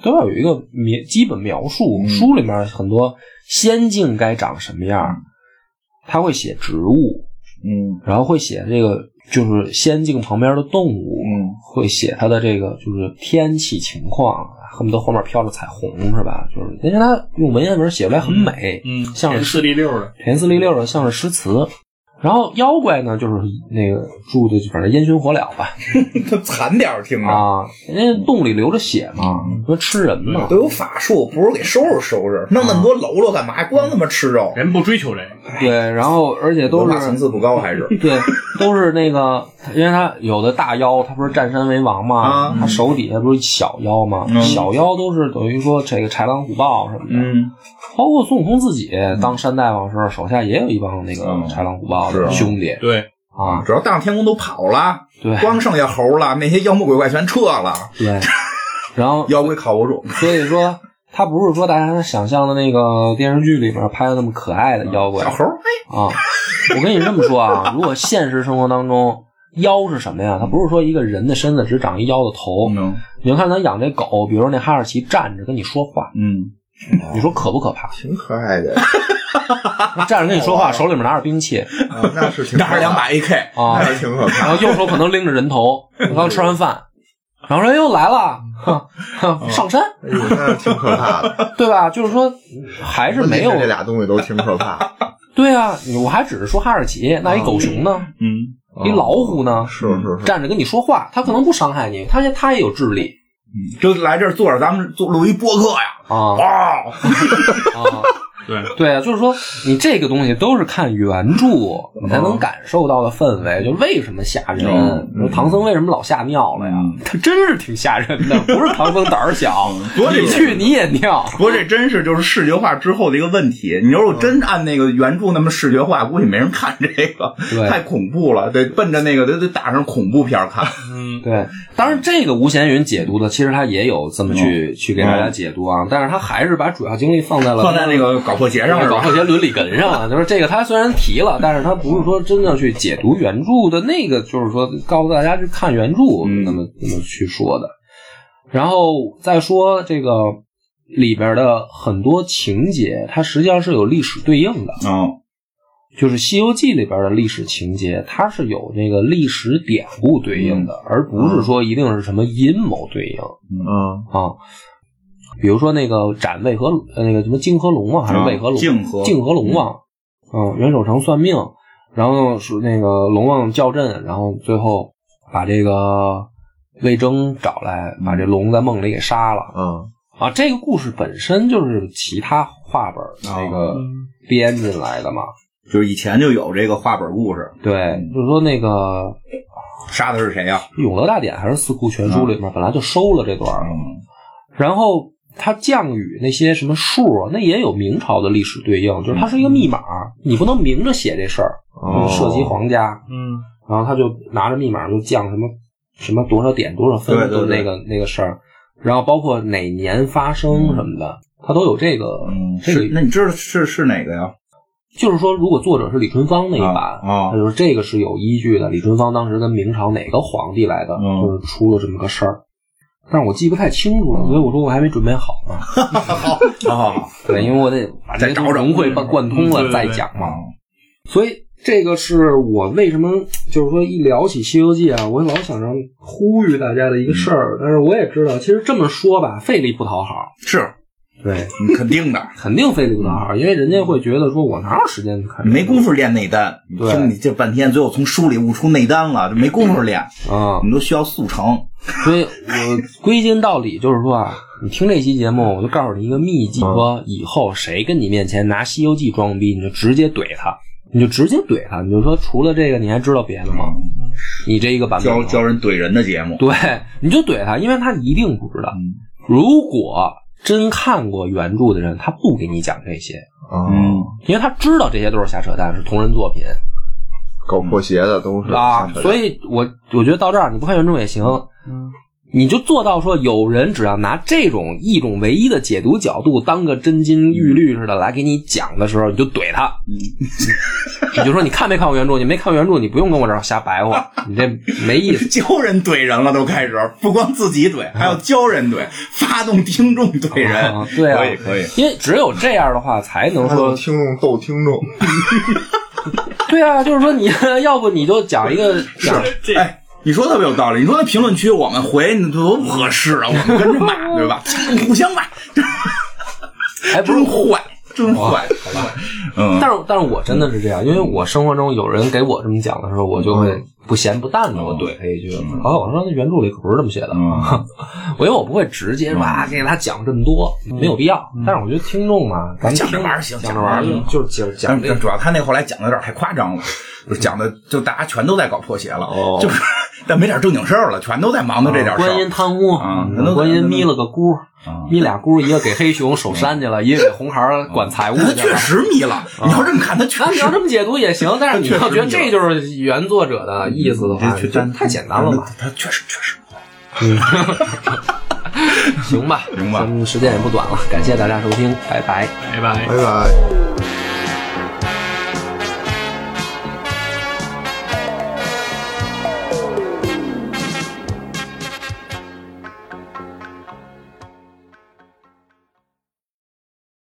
[SPEAKER 2] 都要有一个描基本描
[SPEAKER 1] 嗯
[SPEAKER 2] 述。书里面很多仙境该长什么样，他会写植物，
[SPEAKER 1] 嗯
[SPEAKER 2] 然后会写这个就是仙境旁边的动物，
[SPEAKER 1] 嗯
[SPEAKER 2] 会写它的这个就是天气情况，恨不得后面飘着彩虹是吧？就是因为它用文言文写出来很美，
[SPEAKER 4] 嗯，
[SPEAKER 2] 像
[SPEAKER 4] 前
[SPEAKER 2] 是
[SPEAKER 4] 四第六的，
[SPEAKER 2] 田四零六的像是诗词。然后妖怪呢，就是那个住的反正烟熏火燎吧，
[SPEAKER 1] 惨点儿听着，
[SPEAKER 2] 啊，人家洞里流着血
[SPEAKER 1] 啊
[SPEAKER 2] 嘛，说吃人嘛，
[SPEAKER 1] 都有法术，不如给收拾收拾，弄那么多喽啰干嘛？光他妈吃肉，
[SPEAKER 4] 人不追求这个，
[SPEAKER 2] 对，然后而且都
[SPEAKER 1] 文化
[SPEAKER 2] 是
[SPEAKER 1] 层 次不高还是？
[SPEAKER 2] 对，都是那个，因为他有的大妖，他不是占山为王嘛
[SPEAKER 1] 啊，
[SPEAKER 2] 他手底下不是小妖嘛，
[SPEAKER 1] 嗯
[SPEAKER 2] 小妖都是等于说这个豺狼虎豹什么的，
[SPEAKER 1] 嗯
[SPEAKER 2] 包括孙悟空自己当山大王时候，手下也有一帮那个
[SPEAKER 1] 嗯
[SPEAKER 2] 豺狼虎豹
[SPEAKER 1] 是
[SPEAKER 2] 的
[SPEAKER 1] 啊
[SPEAKER 2] 兄弟
[SPEAKER 4] 对，
[SPEAKER 2] 啊，
[SPEAKER 1] 主要大闹天宫都跑了，
[SPEAKER 2] 对
[SPEAKER 1] 光剩下猴了，那些妖魔鬼怪全撤了，
[SPEAKER 2] 对， 然后
[SPEAKER 1] 妖怪靠不住。
[SPEAKER 2] 所以说，他不是说大家想象的那个电视剧里面拍的那么可爱的妖怪
[SPEAKER 1] 小
[SPEAKER 2] 啊。
[SPEAKER 1] 猴，哎，
[SPEAKER 2] 我跟你这么说啊，如果现实生活当中妖是什么呀？它不是说一个人的身子只长一妖的头。
[SPEAKER 1] 嗯
[SPEAKER 2] 你就看咱养这狗，比如说那哈士奇站着跟你说话，
[SPEAKER 1] 嗯
[SPEAKER 2] 你说可不可怕？
[SPEAKER 5] 挺可爱的，
[SPEAKER 2] 站着跟你说话，手里面拿着兵器
[SPEAKER 5] 啊那是挺可
[SPEAKER 1] 拿
[SPEAKER 5] 怕的
[SPEAKER 1] 着两把 AK，
[SPEAKER 2] 啊
[SPEAKER 5] 那，是挺可怕
[SPEAKER 2] 然后右手可能拎着人头，刚吃完饭，然后说又来了， 哼哼上山，
[SPEAKER 5] 的，哎呦，那是挺可怕的，
[SPEAKER 2] 对吧？就是说还是没有
[SPEAKER 5] 拎着这俩东西都挺可 怕，
[SPEAKER 2] 对啊，你我还只是说哈士奇，那一狗熊呢？
[SPEAKER 1] 嗯
[SPEAKER 5] 哦
[SPEAKER 2] 一老虎呢？
[SPEAKER 5] 是是
[SPEAKER 1] 啊
[SPEAKER 5] 是，
[SPEAKER 2] 站着跟你说话，它可能不伤害你，它也它也有智力
[SPEAKER 1] 就来这儿坐着，咱们做录一播客呀。
[SPEAKER 2] 啊
[SPEAKER 1] 哦，
[SPEAKER 2] 啊！
[SPEAKER 4] 对，
[SPEAKER 2] 对啊，就是说你这个东西都是看原著你才能感受到的氛
[SPEAKER 1] 嗯
[SPEAKER 2] 围，就为什么吓人？说唐僧为什么老吓尿了呀？
[SPEAKER 1] 嗯
[SPEAKER 2] 他真是挺吓人的，不是唐僧胆儿 小，
[SPEAKER 1] 多
[SPEAKER 2] 你
[SPEAKER 1] 厉害
[SPEAKER 2] 去你也尿。
[SPEAKER 1] 不过这真是就是视觉化之后的一个问题。你
[SPEAKER 2] 嗯
[SPEAKER 1] 要是真按那个原著那么视觉化，估计没人看这个
[SPEAKER 2] 对，
[SPEAKER 1] 太恐怖了。得奔着那个得得打上恐怖片儿看。
[SPEAKER 4] 嗯，
[SPEAKER 2] 对，当然这个吴闲云解读的，其实他也有这么去、去给大家解读啊，但是他还是把主要精力放在 了
[SPEAKER 1] 嗯放在那个搞破鞋上是
[SPEAKER 2] 搞
[SPEAKER 1] 吧？
[SPEAKER 2] 破鞋伦理根上啊，就是这个他虽然提了，但是他不是说真正去解读原著的那个，就是说告诉大家去看原著，
[SPEAKER 1] 嗯
[SPEAKER 2] 那么那么去说的。然后再说这个里边的很多情节，它实际上是有历史对应的，
[SPEAKER 1] 嗯
[SPEAKER 2] 就是《西游记》里边的历史情节，它是有那个历史典故对应的，而不是说一定是什么阴谋对应。
[SPEAKER 5] 嗯，
[SPEAKER 2] 啊。比如说那个斩魏和呃那个什么泾河龙王还是
[SPEAKER 1] 啊
[SPEAKER 2] 魏和龙？
[SPEAKER 1] 泾河
[SPEAKER 2] 泾河龙王，嗯，袁守诚算命，然后是那个龙王叫阵，然后最后把这个魏征找来，把
[SPEAKER 1] 嗯
[SPEAKER 2] 这龙在梦里给杀了
[SPEAKER 5] 嗯，
[SPEAKER 2] 啊。这个故事本身就是其他话本儿
[SPEAKER 1] 啊
[SPEAKER 2] 那个编进来的嘛。
[SPEAKER 1] 就是以前就有这个话本故事，
[SPEAKER 2] 对，
[SPEAKER 1] 嗯
[SPEAKER 2] 就是说那个
[SPEAKER 1] 杀的是谁呀？
[SPEAKER 2] 《永乐大典》还是《四库全书》里面本来就收了这段儿，
[SPEAKER 1] 嗯
[SPEAKER 2] 然后它降雨那些什么数啊，那也有明朝的历史对应，就是它是一个密码，你不能明着写这事儿，
[SPEAKER 5] 哦
[SPEAKER 4] 嗯
[SPEAKER 2] 涉及皇家。嗯，然后他就拿着密码就降什么什么多少点多少分
[SPEAKER 1] 对对
[SPEAKER 2] 都
[SPEAKER 1] 对
[SPEAKER 2] 那个那个事儿，然后包括哪年发生什么的，它都有这个这
[SPEAKER 1] 嗯是
[SPEAKER 2] 个。
[SPEAKER 1] 那你知道是是哪个呀？
[SPEAKER 2] 就是说，如果作者是李淳风那一版，
[SPEAKER 5] 啊啊
[SPEAKER 1] 哦
[SPEAKER 2] 他就是这个是有依据的。李淳风当时跟明朝哪个皇帝来的，
[SPEAKER 5] 嗯
[SPEAKER 2] 就是出了这么个事儿，但是我记不太清楚了，所以我说我还没准备好呢。
[SPEAKER 1] 啊，
[SPEAKER 2] 对，因为我得把这
[SPEAKER 1] 再找找
[SPEAKER 2] 融会贯贯通
[SPEAKER 4] 嗯对
[SPEAKER 2] 了
[SPEAKER 4] 对
[SPEAKER 2] 再讲嘛。
[SPEAKER 1] 哦
[SPEAKER 2] 所以这个是我为什么就是说一聊起《西游记》啊，我老想让呼吁大家的一个事儿。但是我也知道，其实这么说吧，费力不讨好。
[SPEAKER 1] 是
[SPEAKER 2] 对，
[SPEAKER 1] 嗯肯定的，
[SPEAKER 2] 肯定费力不讨好，因为人家会觉得说我哪有时间去看这个？
[SPEAKER 1] 没工夫练内丹。你
[SPEAKER 2] 对
[SPEAKER 1] 听你这半天，最后从书里悟出内丹了，这没工夫练，
[SPEAKER 2] 啊
[SPEAKER 1] 我，们都需要速成。
[SPEAKER 2] 所以我归根到底就是说啊，你听这期节目，我就告诉你一个秘
[SPEAKER 1] 嗯
[SPEAKER 2] 籍，说以后谁跟你面前拿《西游记》装逼，你就直接怼他，你就直接怼他，你就说除了这个你还知道别的吗？你这一个版
[SPEAKER 1] 嗯
[SPEAKER 2] 本
[SPEAKER 1] 教
[SPEAKER 2] 吗
[SPEAKER 1] 教人怼人的节目，
[SPEAKER 2] 对，你就怼他，因为他一定不知道。
[SPEAKER 1] 嗯
[SPEAKER 2] 如果真看过原著的人，他不给你讲这些，
[SPEAKER 5] 啊，，
[SPEAKER 2] 因为他知道这些都是瞎扯淡，是同人作品
[SPEAKER 5] 搞破鞋的都是
[SPEAKER 2] 啊。所
[SPEAKER 5] 以
[SPEAKER 2] 以我我觉得到这儿你不看原著也行，你就做到说有人只要拿这种一种唯一的解读角度当个真金玉律似的来给你讲的时候，你就怼他，
[SPEAKER 1] 嗯
[SPEAKER 2] 你就说你看没看过原著？你没看过原著，你不用跟我这儿瞎 白话，你这没意思。
[SPEAKER 1] 教人怼人了，都开始不光自己怼，还要教人怼，发动听众怼人
[SPEAKER 2] 啊。对啊
[SPEAKER 1] 可以可以。
[SPEAKER 2] 因为只有这样的话，才能
[SPEAKER 5] 他
[SPEAKER 2] 说
[SPEAKER 5] 能听众逗听众，
[SPEAKER 2] 对啊，就是说你 要不你就讲一个 讲
[SPEAKER 4] 这
[SPEAKER 1] 哎，你说特别有道理。你说那评论区我们回你多不合适 啊，我们跟着骂对吧？互相骂，
[SPEAKER 2] 哎不
[SPEAKER 1] 真
[SPEAKER 2] 是，
[SPEAKER 1] 坏，真坏。嗯，
[SPEAKER 2] 但是但是我真的是这样，因为我生活中有人给我这么讲的时候，我就
[SPEAKER 1] 嗯
[SPEAKER 2] 会不咸不淡
[SPEAKER 1] 哦
[SPEAKER 2] 的我怼他一句，啊，我说那原著里可不是这么写的，
[SPEAKER 1] 嗯
[SPEAKER 2] 我因为我不会直接说啊给他讲这么多，没有必要。但是我觉得听众嘛，咱
[SPEAKER 1] 嗯
[SPEAKER 2] 们
[SPEAKER 1] 讲着
[SPEAKER 2] 听
[SPEAKER 1] 玩儿行讲
[SPEAKER 2] 讲着
[SPEAKER 1] 着
[SPEAKER 2] 玩
[SPEAKER 1] 玩
[SPEAKER 2] 儿
[SPEAKER 1] 儿
[SPEAKER 2] 就就是讲
[SPEAKER 1] 但
[SPEAKER 2] 讲这
[SPEAKER 1] 但
[SPEAKER 2] 个
[SPEAKER 1] 主要他那后来讲的有点太夸张了，就讲的就大家全都在搞破鞋了，就是但没点正经事儿了，全都在忙的这点事
[SPEAKER 2] 哦观音
[SPEAKER 1] 儿。
[SPEAKER 2] 贪污嗯
[SPEAKER 1] 啊那都，啊
[SPEAKER 2] 观音眯了个箍，眯俩箍，一个给黑熊守山去了，一个给红孩儿管财务去
[SPEAKER 1] 他嗯
[SPEAKER 2] 了。
[SPEAKER 1] 啊
[SPEAKER 2] 啊
[SPEAKER 1] 确实迷了，你要这么看，他确
[SPEAKER 2] 那你
[SPEAKER 1] 实
[SPEAKER 2] 要这么解读也行，但是你要觉得这就是原作者的意思的话，
[SPEAKER 1] 嗯这
[SPEAKER 2] 这太简单了吧？？
[SPEAKER 1] 他确实确实，
[SPEAKER 2] 行吧，
[SPEAKER 1] 行吧
[SPEAKER 2] 咱们时间也不短了，感谢大家收听，拜拜。
[SPEAKER 4] 拜拜。
[SPEAKER 5] 拜拜。